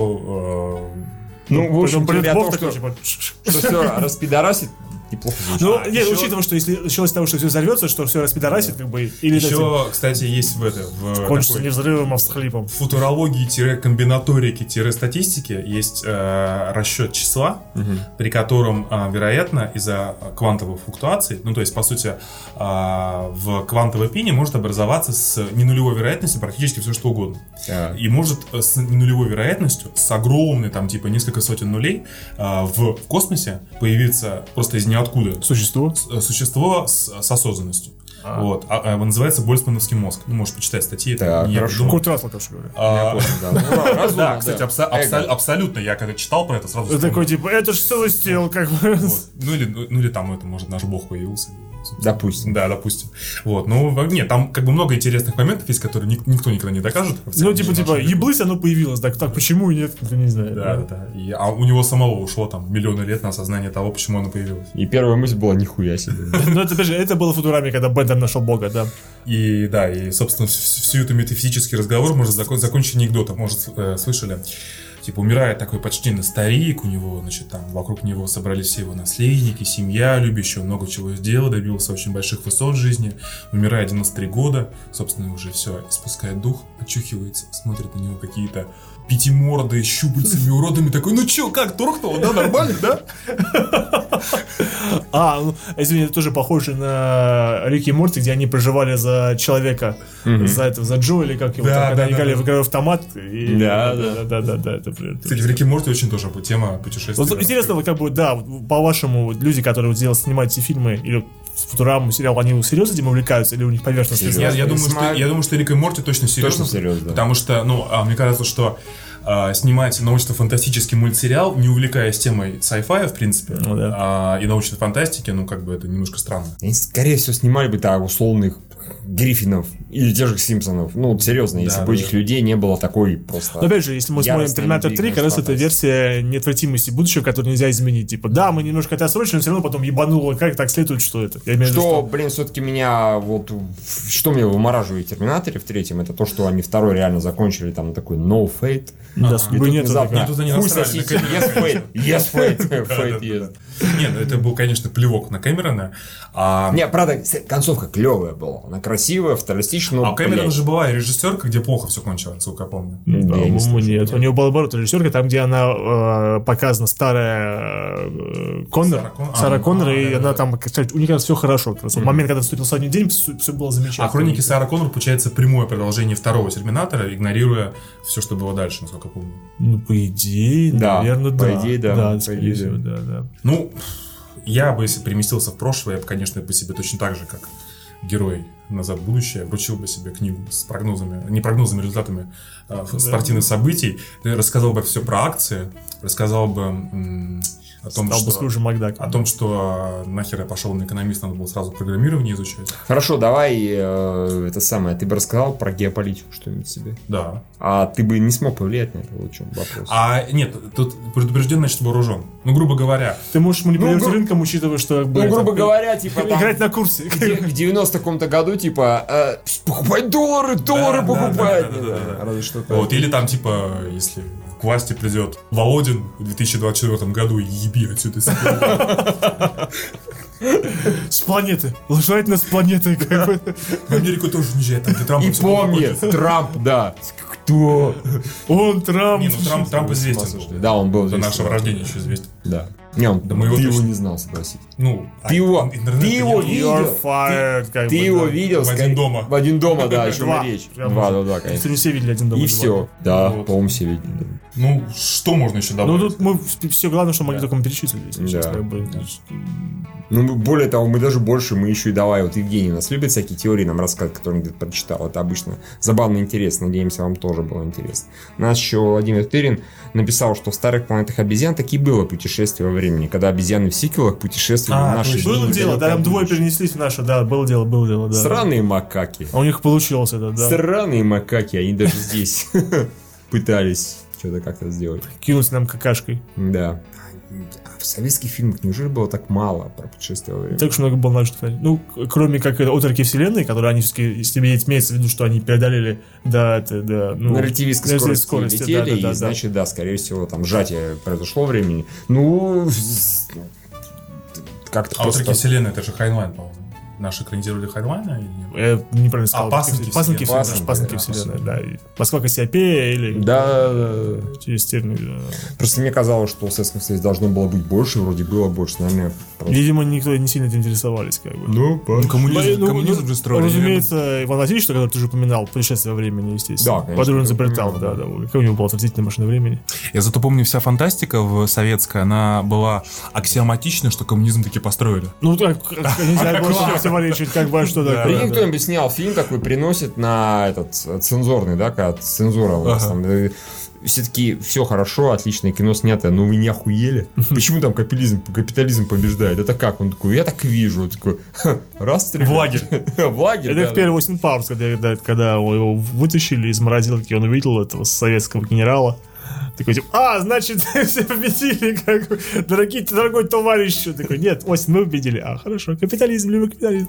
Speaker 2: э,
Speaker 1: Ну, в общем,
Speaker 3: Потом
Speaker 1: теория
Speaker 3: придет
Speaker 1: о том,
Speaker 3: Бог такой,
Speaker 1: что,
Speaker 3: типа, «Ш-ш-ш».
Speaker 1: что все распидорасит, неплохо звучит.
Speaker 3: Ну,
Speaker 2: А,
Speaker 3: нет,
Speaker 2: еще-
Speaker 3: учитывая, что если началось с того, что все взорвется, что все распидорасит, как бы, или
Speaker 2: Еще, кстати, есть в это в
Speaker 3: да, кончится
Speaker 2: такой
Speaker 3: не взрывом, а всхлипом.
Speaker 2: футурологии-комбинаторики-статистике есть э, расчет числа, при котором, а, вероятно, из-за квантовых флуктуаций, ну то есть, по сути, а, в квантовой пене может образоваться с ненулевой вероятностью практически все что угодно.
Speaker 1: Так.
Speaker 2: И может э, с нулевой вероятностью, с огромной, там, типа, несколько сотен нулей а, в, в космосе появиться просто из ниоткуда
Speaker 3: Существо.
Speaker 2: с- э, существо с, с осознанностью.
Speaker 3: А.
Speaker 2: Вот. А, а, он называется Больцмановский мозг. Ну, можешь почитать статьи. это
Speaker 1: Так,
Speaker 2: не я
Speaker 1: хорошо.
Speaker 2: придумал.
Speaker 3: Курт Рассел, короче говоря.
Speaker 1: Я
Speaker 2: А,
Speaker 1: понял, да. Ну, ра- разумно,
Speaker 2: Да, кстати,
Speaker 1: да.
Speaker 2: абсо- абсо-
Speaker 1: Эго.
Speaker 2: абсолютно. Я когда читал про это, сразу...
Speaker 3: Это
Speaker 2: вспомнил.
Speaker 3: такой, типа, это же целость тел, как бы.
Speaker 2: Вот. Ну, или, ну, или там, это, может, наш бог появился. собственно.
Speaker 1: Допустим.
Speaker 2: Да, допустим. Вот, ну, во- нет, там как бы много интересных моментов есть, которые ник- никто никогда не докажет. В
Speaker 3: Ну,
Speaker 2: целом,
Speaker 3: типа,
Speaker 2: в
Speaker 3: типа,
Speaker 2: нашем веке.
Speaker 3: еблысь, оно появилось, так, так почему и нет, как бы, не знаю.
Speaker 2: Да, да. И- а у него самого ушло там миллионы лет на осознание того, почему оно появилось.
Speaker 1: И первая мысль была, нихуя себе.
Speaker 3: Ну, это, опять же, это было в Футураме, когда Бендер нашел бога, да.
Speaker 2: И да, и, собственно, вс- вс- всю эту метафизический разговор можно закон- закончить анекдотом. Может, э, слышали? Типа, умирает такой почтенный старик, у него, значит, там, вокруг него собрались все его наследники, семья, любящая, много чего сделал, добился очень больших высот в жизни. Умирает 93 года, собственно, уже все, спускает дух, очухивается, смотрит на него какие-то пятимордые, щупальцами, уродами, такой, ну чё, как, торкнуло, да, нормально, да?
Speaker 3: А, ну, извини, это тоже похоже на Рики и Морти, где они проживали за человека,
Speaker 1: Мгм.
Speaker 3: за этого, за Джо, или как его,
Speaker 2: Да,
Speaker 3: там, когда
Speaker 2: да,
Speaker 3: они
Speaker 2: да,
Speaker 3: играли
Speaker 2: да.
Speaker 3: в игровой автомат. и-
Speaker 1: Да,
Speaker 3: да, да, да, да, это прям-
Speaker 2: Кстати, в Рике Морте очень тоже тема путешествий.
Speaker 3: Вот интересно, вот как бы, да, вот по-вашему, вот люди, которые вот делают, снимают эти фильмы, или Футураму сериал, они серьезно этим увлекаются, или у них поверхностные
Speaker 1: Серьезно.
Speaker 2: Я,
Speaker 1: Я
Speaker 2: я думаю, что,
Speaker 1: снимаю.
Speaker 2: я думаю, что Рик и Морти точно серьезно.
Speaker 1: Точно серьезно, да.
Speaker 2: Потому что, ну, а, мне кажется, что а, снимать научно-фантастический мультсериал, не увлекаясь темой sci-fi, в принципе,
Speaker 3: Ну да.
Speaker 2: а, и научной фантастики, ну, как бы это немножко странно.
Speaker 1: Они, скорее всего, снимали бы так условных Гриффинов или тех же Симпсонов. Ну, вот серьезно, если
Speaker 2: Да,
Speaker 1: бы
Speaker 2: да.
Speaker 1: этих людей не было такой просто...
Speaker 3: Но опять же, если мы смотрим
Speaker 1: Яростная
Speaker 3: «Терминатор 3»,
Speaker 1: любви,
Speaker 3: как раз это
Speaker 1: конечно,
Speaker 3: версия неотвратимости будущего, которую нельзя изменить. Типа, да, мы немножко это отсрочили, но все равно потом ебануло, как так следует, что это. Я имею в виду,
Speaker 1: Что, блин, все-таки меня вот в- что меня вымораживает в Терминаторе в третьем, это то, что они второй реально закончили там такой no fate.
Speaker 3: Да,
Speaker 1: И
Speaker 3: судьбы
Speaker 1: тут
Speaker 3: нет.
Speaker 1: внезапно
Speaker 2: Ну, тут они
Speaker 1: хуй
Speaker 2: насрали,
Speaker 1: сосите,
Speaker 2: наконец.
Speaker 1: yes fate, yes fate, fate
Speaker 2: да,
Speaker 1: yes.
Speaker 2: Не, ну это был, конечно, плевок на Кэмерона. А,
Speaker 1: Не, правда, с- концовка клевая была. Она красивая, фотоалистичная.
Speaker 2: а
Speaker 1: но,
Speaker 2: у Кэмерона
Speaker 1: ну, блядь, Ну,
Speaker 2: же была и режиссерка, где плохо все кончилось, насколько я помню.
Speaker 1: Да, я не
Speaker 3: Ну, По-моему,
Speaker 1: слышал.
Speaker 3: нет. У нее был оборот режиссерка, там, где она э, показана старая э, Коннор,
Speaker 2: Сара
Speaker 3: Сара,
Speaker 2: Кон- а,
Speaker 3: Коннор, и
Speaker 2: да-да-да.
Speaker 3: она там, кстати, у них все хорошо. Как раз. Вот Момент, когда наступил последний день, все, было замечательно.
Speaker 2: А хроники Сара Коннор получается прямое продолжение второго Терминатора, игнорируя все, что было дальше, насколько я помню.
Speaker 3: Ну, по идее,
Speaker 1: Да,
Speaker 3: наверное,
Speaker 1: по
Speaker 3: да.
Speaker 1: идее, да,
Speaker 3: Да,
Speaker 1: по
Speaker 3: скорее
Speaker 1: идее.
Speaker 3: всего, да, да.
Speaker 2: Ну, я бы, если переместился в прошлое, я бы, конечно, по себе точно так же, как герой «Назад в будущее», вручил бы себе книгу с прогнозами, не прогнозами, результатами а, спортивных событий, рассказал бы все про акции, рассказал бы м, о том,
Speaker 3: Стал бы с
Speaker 2: что...
Speaker 3: Кружем Макдак.
Speaker 2: О том, что а, нахер я пошел на экономист, надо было сразу программирование изучать.
Speaker 1: Хорошо, давай э, это самое. Ты бы рассказал про геополитику что-нибудь себе.
Speaker 2: Да.
Speaker 1: А ты бы не смог повлиять на это, вот в чем вопрос.
Speaker 2: А нет, тут предупрежден, значит вооружен. Ну, грубо говоря,
Speaker 3: Ты можешь манипулировать
Speaker 1: Ну, гру-
Speaker 3: рынком, учитывая, что... как бы,
Speaker 1: ну,
Speaker 3: это-
Speaker 1: грубо говоря, типа там
Speaker 3: Играть на курсе.
Speaker 1: в де- в 90 каком-то году, типа, э, покупать доллары, доллары
Speaker 2: да,
Speaker 1: покупать.
Speaker 2: да, да,
Speaker 1: Не
Speaker 2: да,
Speaker 1: знаю,
Speaker 2: да.
Speaker 1: разве что так.
Speaker 2: Вот, или там, типа, если к власти придет Володин в 2024 году, еби отсюда. из этого.
Speaker 3: С планеты. Лажать нас с планеты. как бы.
Speaker 2: Ну, В Америку тоже нельзя, там где Трамп
Speaker 1: И
Speaker 2: всё
Speaker 1: помни,
Speaker 2: проходит.
Speaker 1: Трамп, да. Кто?
Speaker 3: Он Трамп.
Speaker 2: Не, ну Трамп, Трамп известен. был.
Speaker 1: Да, он был
Speaker 2: До
Speaker 1: здесь.
Speaker 2: нашего рождения еще известен.
Speaker 1: Да. Не, он,
Speaker 2: мы его
Speaker 1: ты его
Speaker 2: точно-
Speaker 1: не знал, согласись.
Speaker 2: Ну, а
Speaker 1: Ты его-
Speaker 2: интернет-
Speaker 1: ты его
Speaker 2: интернет-
Speaker 1: видел,
Speaker 3: You're
Speaker 1: ты-
Speaker 3: fired. как
Speaker 1: Ты
Speaker 3: бы,
Speaker 1: его
Speaker 3: да.
Speaker 1: видел.
Speaker 2: В один
Speaker 1: скорее-
Speaker 2: дома.
Speaker 1: В один дома, да, о чем
Speaker 3: Два.
Speaker 1: речь.
Speaker 3: Прям
Speaker 1: Два, да,
Speaker 3: уже.
Speaker 1: да,
Speaker 3: Если
Speaker 1: конечно.
Speaker 3: не все видели один дома.
Speaker 1: И
Speaker 3: два.
Speaker 1: все. Да,
Speaker 2: Вот.
Speaker 1: по-моему, все видели.
Speaker 2: Ну, что можно еще
Speaker 3: Ну
Speaker 2: добавить?
Speaker 3: тут мы все главное, что могли только мы перечислили. если
Speaker 1: Да.
Speaker 3: честно, как бы.
Speaker 1: Ну, мы- более того, мы даже больше, мы еще и давай, вот Евгений у нас любит всякие теории нам рассказывать, которые он где-то прочитал. Это обычно забавно и интересно, надеемся, вам тоже было интересно. У нас еще Владимир Тырин написал, что в старых планетах обезьян таки было путешествие во времени, когда обезьяны в сиквелах путешествовали
Speaker 2: А,
Speaker 1: в наши
Speaker 2: точно.
Speaker 1: дни.
Speaker 3: Было дело, да, там двое перенеслись в наше, да, было дело, было дело, да.
Speaker 1: Сраные макаки.
Speaker 3: А у них получилось это, да.
Speaker 1: Сраные макаки, они даже здесь пытались что-то как-то сделать.
Speaker 3: Кинуть нам какашкой.
Speaker 1: Да. А в советских фильмах неужели было так мало про путешествие во времени?
Speaker 3: Так уж много было наших, кстати. Ну, к- кроме как это отроки вселенной, которые они все-таки, если имеется в виду, что они преодолели до, это, до ну,
Speaker 1: на релятивистской
Speaker 3: на
Speaker 1: скорости,
Speaker 3: скорости,
Speaker 1: летели,
Speaker 3: да, да,
Speaker 1: и,
Speaker 3: да, да.
Speaker 1: значит, да, скорее всего, там сжатие произошло времени. Ну, с- как-то
Speaker 2: А вот
Speaker 1: просто...
Speaker 2: такие вселенной, это же Хайнлайн, по-моему. Наши а экранизировали Хайнлайна или нет?
Speaker 3: Я неправильно сказал.
Speaker 2: пасынки
Speaker 3: пасынки
Speaker 1: вселенной.
Speaker 3: вселенной. Пасынки,
Speaker 1: Пасынки,
Speaker 3: вселенной, да. И Москва Кассиопея или
Speaker 1: Да, да, да.
Speaker 3: через термин. да.
Speaker 1: просто мне казалось, что в Советском Союзе должно было быть больше, вроде было больше, наверное, просто...
Speaker 3: Видимо, никто не сильно этим интересовались, как бы.
Speaker 1: Ну,
Speaker 2: Ну, коммунизм,
Speaker 3: Ну,
Speaker 2: коммунизм
Speaker 3: ну,
Speaker 2: же строили.
Speaker 3: Разумеется, Иван Васильевич, который ты уже упоминал, путешествие во времени,
Speaker 1: Да,
Speaker 3: естественно.
Speaker 1: конечно,
Speaker 3: Который он
Speaker 1: я
Speaker 3: изобретал, да,
Speaker 1: упоминал,
Speaker 3: да. Какая у него была отвратительная машина времени.
Speaker 2: Я зато помню, вся фантастика в советская, она была аксиоматична, что коммунизм таки построили.
Speaker 3: Ну, так, как- не знаю, больше противоречит, как бы, а что
Speaker 2: Да,
Speaker 1: Прикинь,
Speaker 3: такое. да.
Speaker 1: кто-нибудь снял фильм такой, приносит на этот э, цензорный, да, когда цензура у нас
Speaker 2: Ага.
Speaker 1: там. э, Все-таки все хорошо, отличное кино снято, но вы не охуели. Почему там капитализм, капитализм побеждает? Это как? Он такой, я так вижу. Он такой, «Ха, раз, три.
Speaker 2: В лагерь.
Speaker 1: В лагерь,
Speaker 3: Это
Speaker 1: да,
Speaker 3: как
Speaker 1: да.
Speaker 3: первый Остин Пауэрс, когда, да, когда его вытащили из морозилки, он увидел этого советского генерала. Такой, типа, а, значит, все победили, как бы, дорогие, дорогой товарищ. Он Такой, нет, Остин, мы победили. А, хорошо, капитализм, любой капитализм.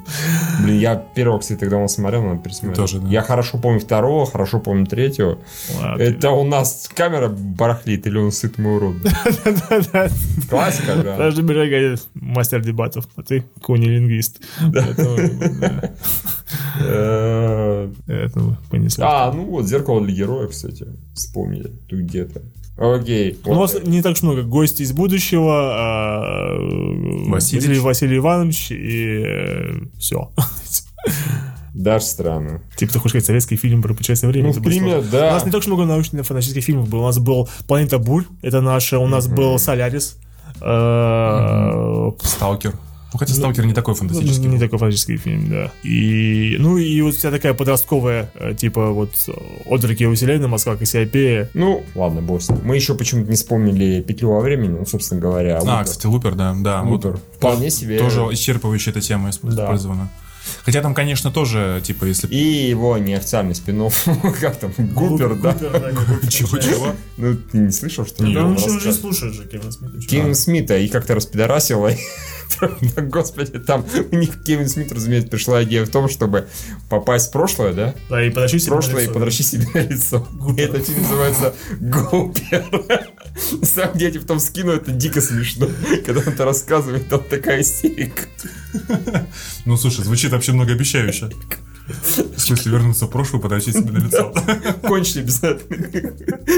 Speaker 1: Блин, я первого, кстати, тогда он смотрел, надо пересмотреть.
Speaker 2: Тоже, да.
Speaker 1: Я хорошо помню второго, хорошо помню третьего.
Speaker 3: Ладно.
Speaker 1: Это у нас камера барахлит, или он сыт мой урод.
Speaker 3: Да-да.
Speaker 1: Классика, да.
Speaker 3: Подожди, Бирай говорит, мастер дебатов, а ты кунилингвист. Поэтому,
Speaker 1: Э,
Speaker 3: Поэтому понесли.
Speaker 1: А, ну вот, зеркало для героя, кстати. Вспомнили. Тут где-то. Окей.
Speaker 3: Ну, У
Speaker 1: вот.
Speaker 3: нас не так уж много. Гости из будущего, а,
Speaker 2: Васильевич.
Speaker 3: Василий, Василий Иванович и э, все.
Speaker 1: Даже странно.
Speaker 3: Типа, ты хочешь сказать, советский фильм про путешествие
Speaker 1: Ну,
Speaker 3: времени? это было
Speaker 1: пример,
Speaker 3: сложно.
Speaker 1: да.
Speaker 3: У нас не так уж много научно-фантастических фильмов было. У нас был «Планета Бурь», это наша. У нас был «Солярис». э,
Speaker 2: Сталкер. Ну, хотя Сталкер не такой
Speaker 1: Ну,
Speaker 2: фантастический.
Speaker 3: Не такой фантастический фильм, да. И, ну, и вот вся такая подростковая, э, типа, вот, э, отроки у вселенной, Москва, Кассиопея.
Speaker 1: Ну, ладно, босс. Мы еще почему-то не вспомнили петлю во времени, ну, собственно говоря.
Speaker 2: А,
Speaker 1: Лутер.
Speaker 2: кстати, Лупер, да, да. вот
Speaker 1: Лутер. Вполне себе.
Speaker 2: Тоже исчерпывающая эта тема исп-
Speaker 3: Да.
Speaker 2: использована. Хотя там, конечно, тоже, типа, если...
Speaker 1: И его неофициальный спин как там, Гупер, да?
Speaker 2: Чего-чего?
Speaker 1: Ну, ты не слышал, что ли?
Speaker 2: Нет.
Speaker 3: Да
Speaker 1: Он
Speaker 3: он же уже
Speaker 1: рассказывал.
Speaker 3: слушает же Кевин Смит.
Speaker 1: Кевин Смита и как-то распидорасила. и правда, Господи, там у них Кевин Смит, разумеется, пришла идея в том, чтобы попасть в прошлое, да?
Speaker 3: Да, и подачи
Speaker 1: В прошлое и подращи себе лицо. И этот фильм называется Гупер. На самом деле, в том скину это дико смешно. Когда он это рассказывает, там такая истерика.
Speaker 2: Ну, слушай, звучит вообще многообещающе. В смысле, вернуться в прошлое, подавить себе на лицо.
Speaker 1: Кончили обязательно.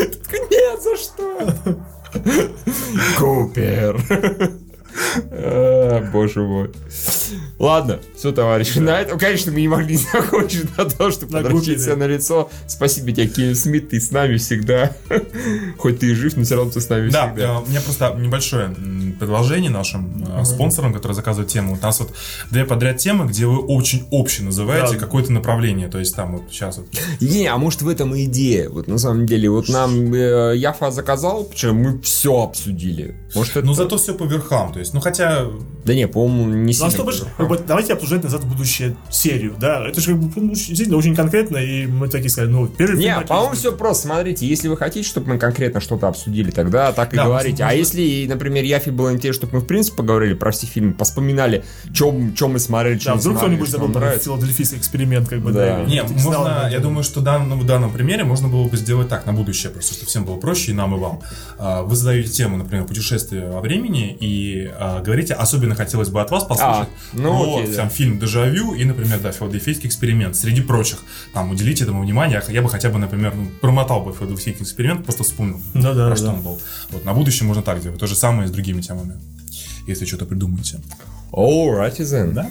Speaker 1: Нет, за что? Купер. А, Боже мой. Ладно, все, товарищи. На этом, конечно, мы не могли закончить на то, что
Speaker 3: На
Speaker 1: подрочить
Speaker 3: Губина.
Speaker 1: себя на лицо. Спасибо тебе, Кевин Смит, ты с нами всегда. Хоть ты и жив, но все равно ты с нами
Speaker 2: Да,
Speaker 1: всегда.
Speaker 2: э, у меня просто небольшое м, предложение нашим э, спонсорам, которые заказывают тему. У нас вот две подряд темы, где вы очень обще называете
Speaker 3: Да.
Speaker 2: какое-то направление. То есть там вот сейчас вот.
Speaker 1: Не, а может в этом и идея. Вот на самом деле, вот нам э, Яфа заказал, причем мы все обсудили. Может это...
Speaker 2: Но
Speaker 3: Ну,
Speaker 2: Ну, зато все по верхам. То есть, ну хотя...
Speaker 1: Да не, по-моему, не
Speaker 3: Ну а
Speaker 1: сильно.
Speaker 3: что бы ж- как бы, давайте обсуждать назад в будущее серию, да? Это же как бы, ну, очень- действительно очень конкретно, и мы такие сказали, ну, первый
Speaker 1: Не, а
Speaker 3: фильм
Speaker 1: по-моему,
Speaker 3: отличный.
Speaker 1: все просто. Смотрите, если вы хотите, чтобы мы конкретно что-то обсудили, тогда так и
Speaker 2: Да,
Speaker 1: говорите. А
Speaker 2: возможно.
Speaker 1: если, например, Яфи было интересно, чтобы мы в принципе поговорили про все фильмы, поспоминали, чем мы смотрели, что
Speaker 3: Да,
Speaker 1: не
Speaker 3: вдруг
Speaker 1: смотрели,
Speaker 3: кто-нибудь
Speaker 1: что
Speaker 3: забыл
Speaker 1: нам
Speaker 3: про
Speaker 1: нравится.
Speaker 3: филадельфийский эксперимент, как бы,
Speaker 1: Да.
Speaker 3: да. и
Speaker 2: Не,
Speaker 3: знал,
Speaker 2: можно,
Speaker 3: да.
Speaker 2: я думаю, что дан- ну, в данном примере можно было бы сделать так на будущее, просто чтобы всем было проще, и нам, и вам. А, Вы задаете тему, например, путешествие во времени, и а, говорите, особенно хотелось бы от вас
Speaker 1: А,
Speaker 2: послушать
Speaker 1: ну,
Speaker 2: про
Speaker 1: окей, да.
Speaker 2: там, фильм «Дежавю» и, например, да, «Филадельфийский эксперимент», среди прочих. Там, уделите этому внимание, я бы хотя бы, например, ну, промотал бы «Филадельфийский эксперимент», просто вспомнил,
Speaker 3: Да-да,
Speaker 2: про
Speaker 3: да.
Speaker 2: что он был. Вот, на будущее можно так делать, то же самое и с другими темами, если что-то придумаете.
Speaker 1: Alrighty then.
Speaker 2: Да?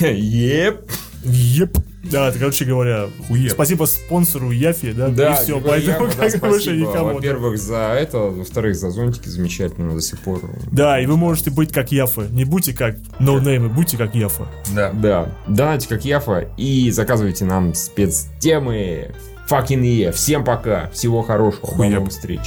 Speaker 1: Еп.
Speaker 3: Еп. Да, это, короче говоря,
Speaker 2: Хуеп.
Speaker 3: спасибо спонсору Яфи, да,
Speaker 1: Да,
Speaker 3: и все,
Speaker 1: Григорий
Speaker 3: поэтому
Speaker 1: Яфа, да,
Speaker 3: как бы больше
Speaker 1: спасибо.
Speaker 3: никому. да.
Speaker 1: Во-первых, за это, во-вторых, за зонтики замечательно до сих пор.
Speaker 3: Да, и вы можете быть как Яфа. Не будьте как ноунеймы, будьте как Яфа.
Speaker 2: Да.
Speaker 1: Да, донайте как Яфа и заказывайте нам спецтемы. Fucking Е. Всем пока, всего хорошего,
Speaker 2: Хуеп.
Speaker 1: до новых встреч.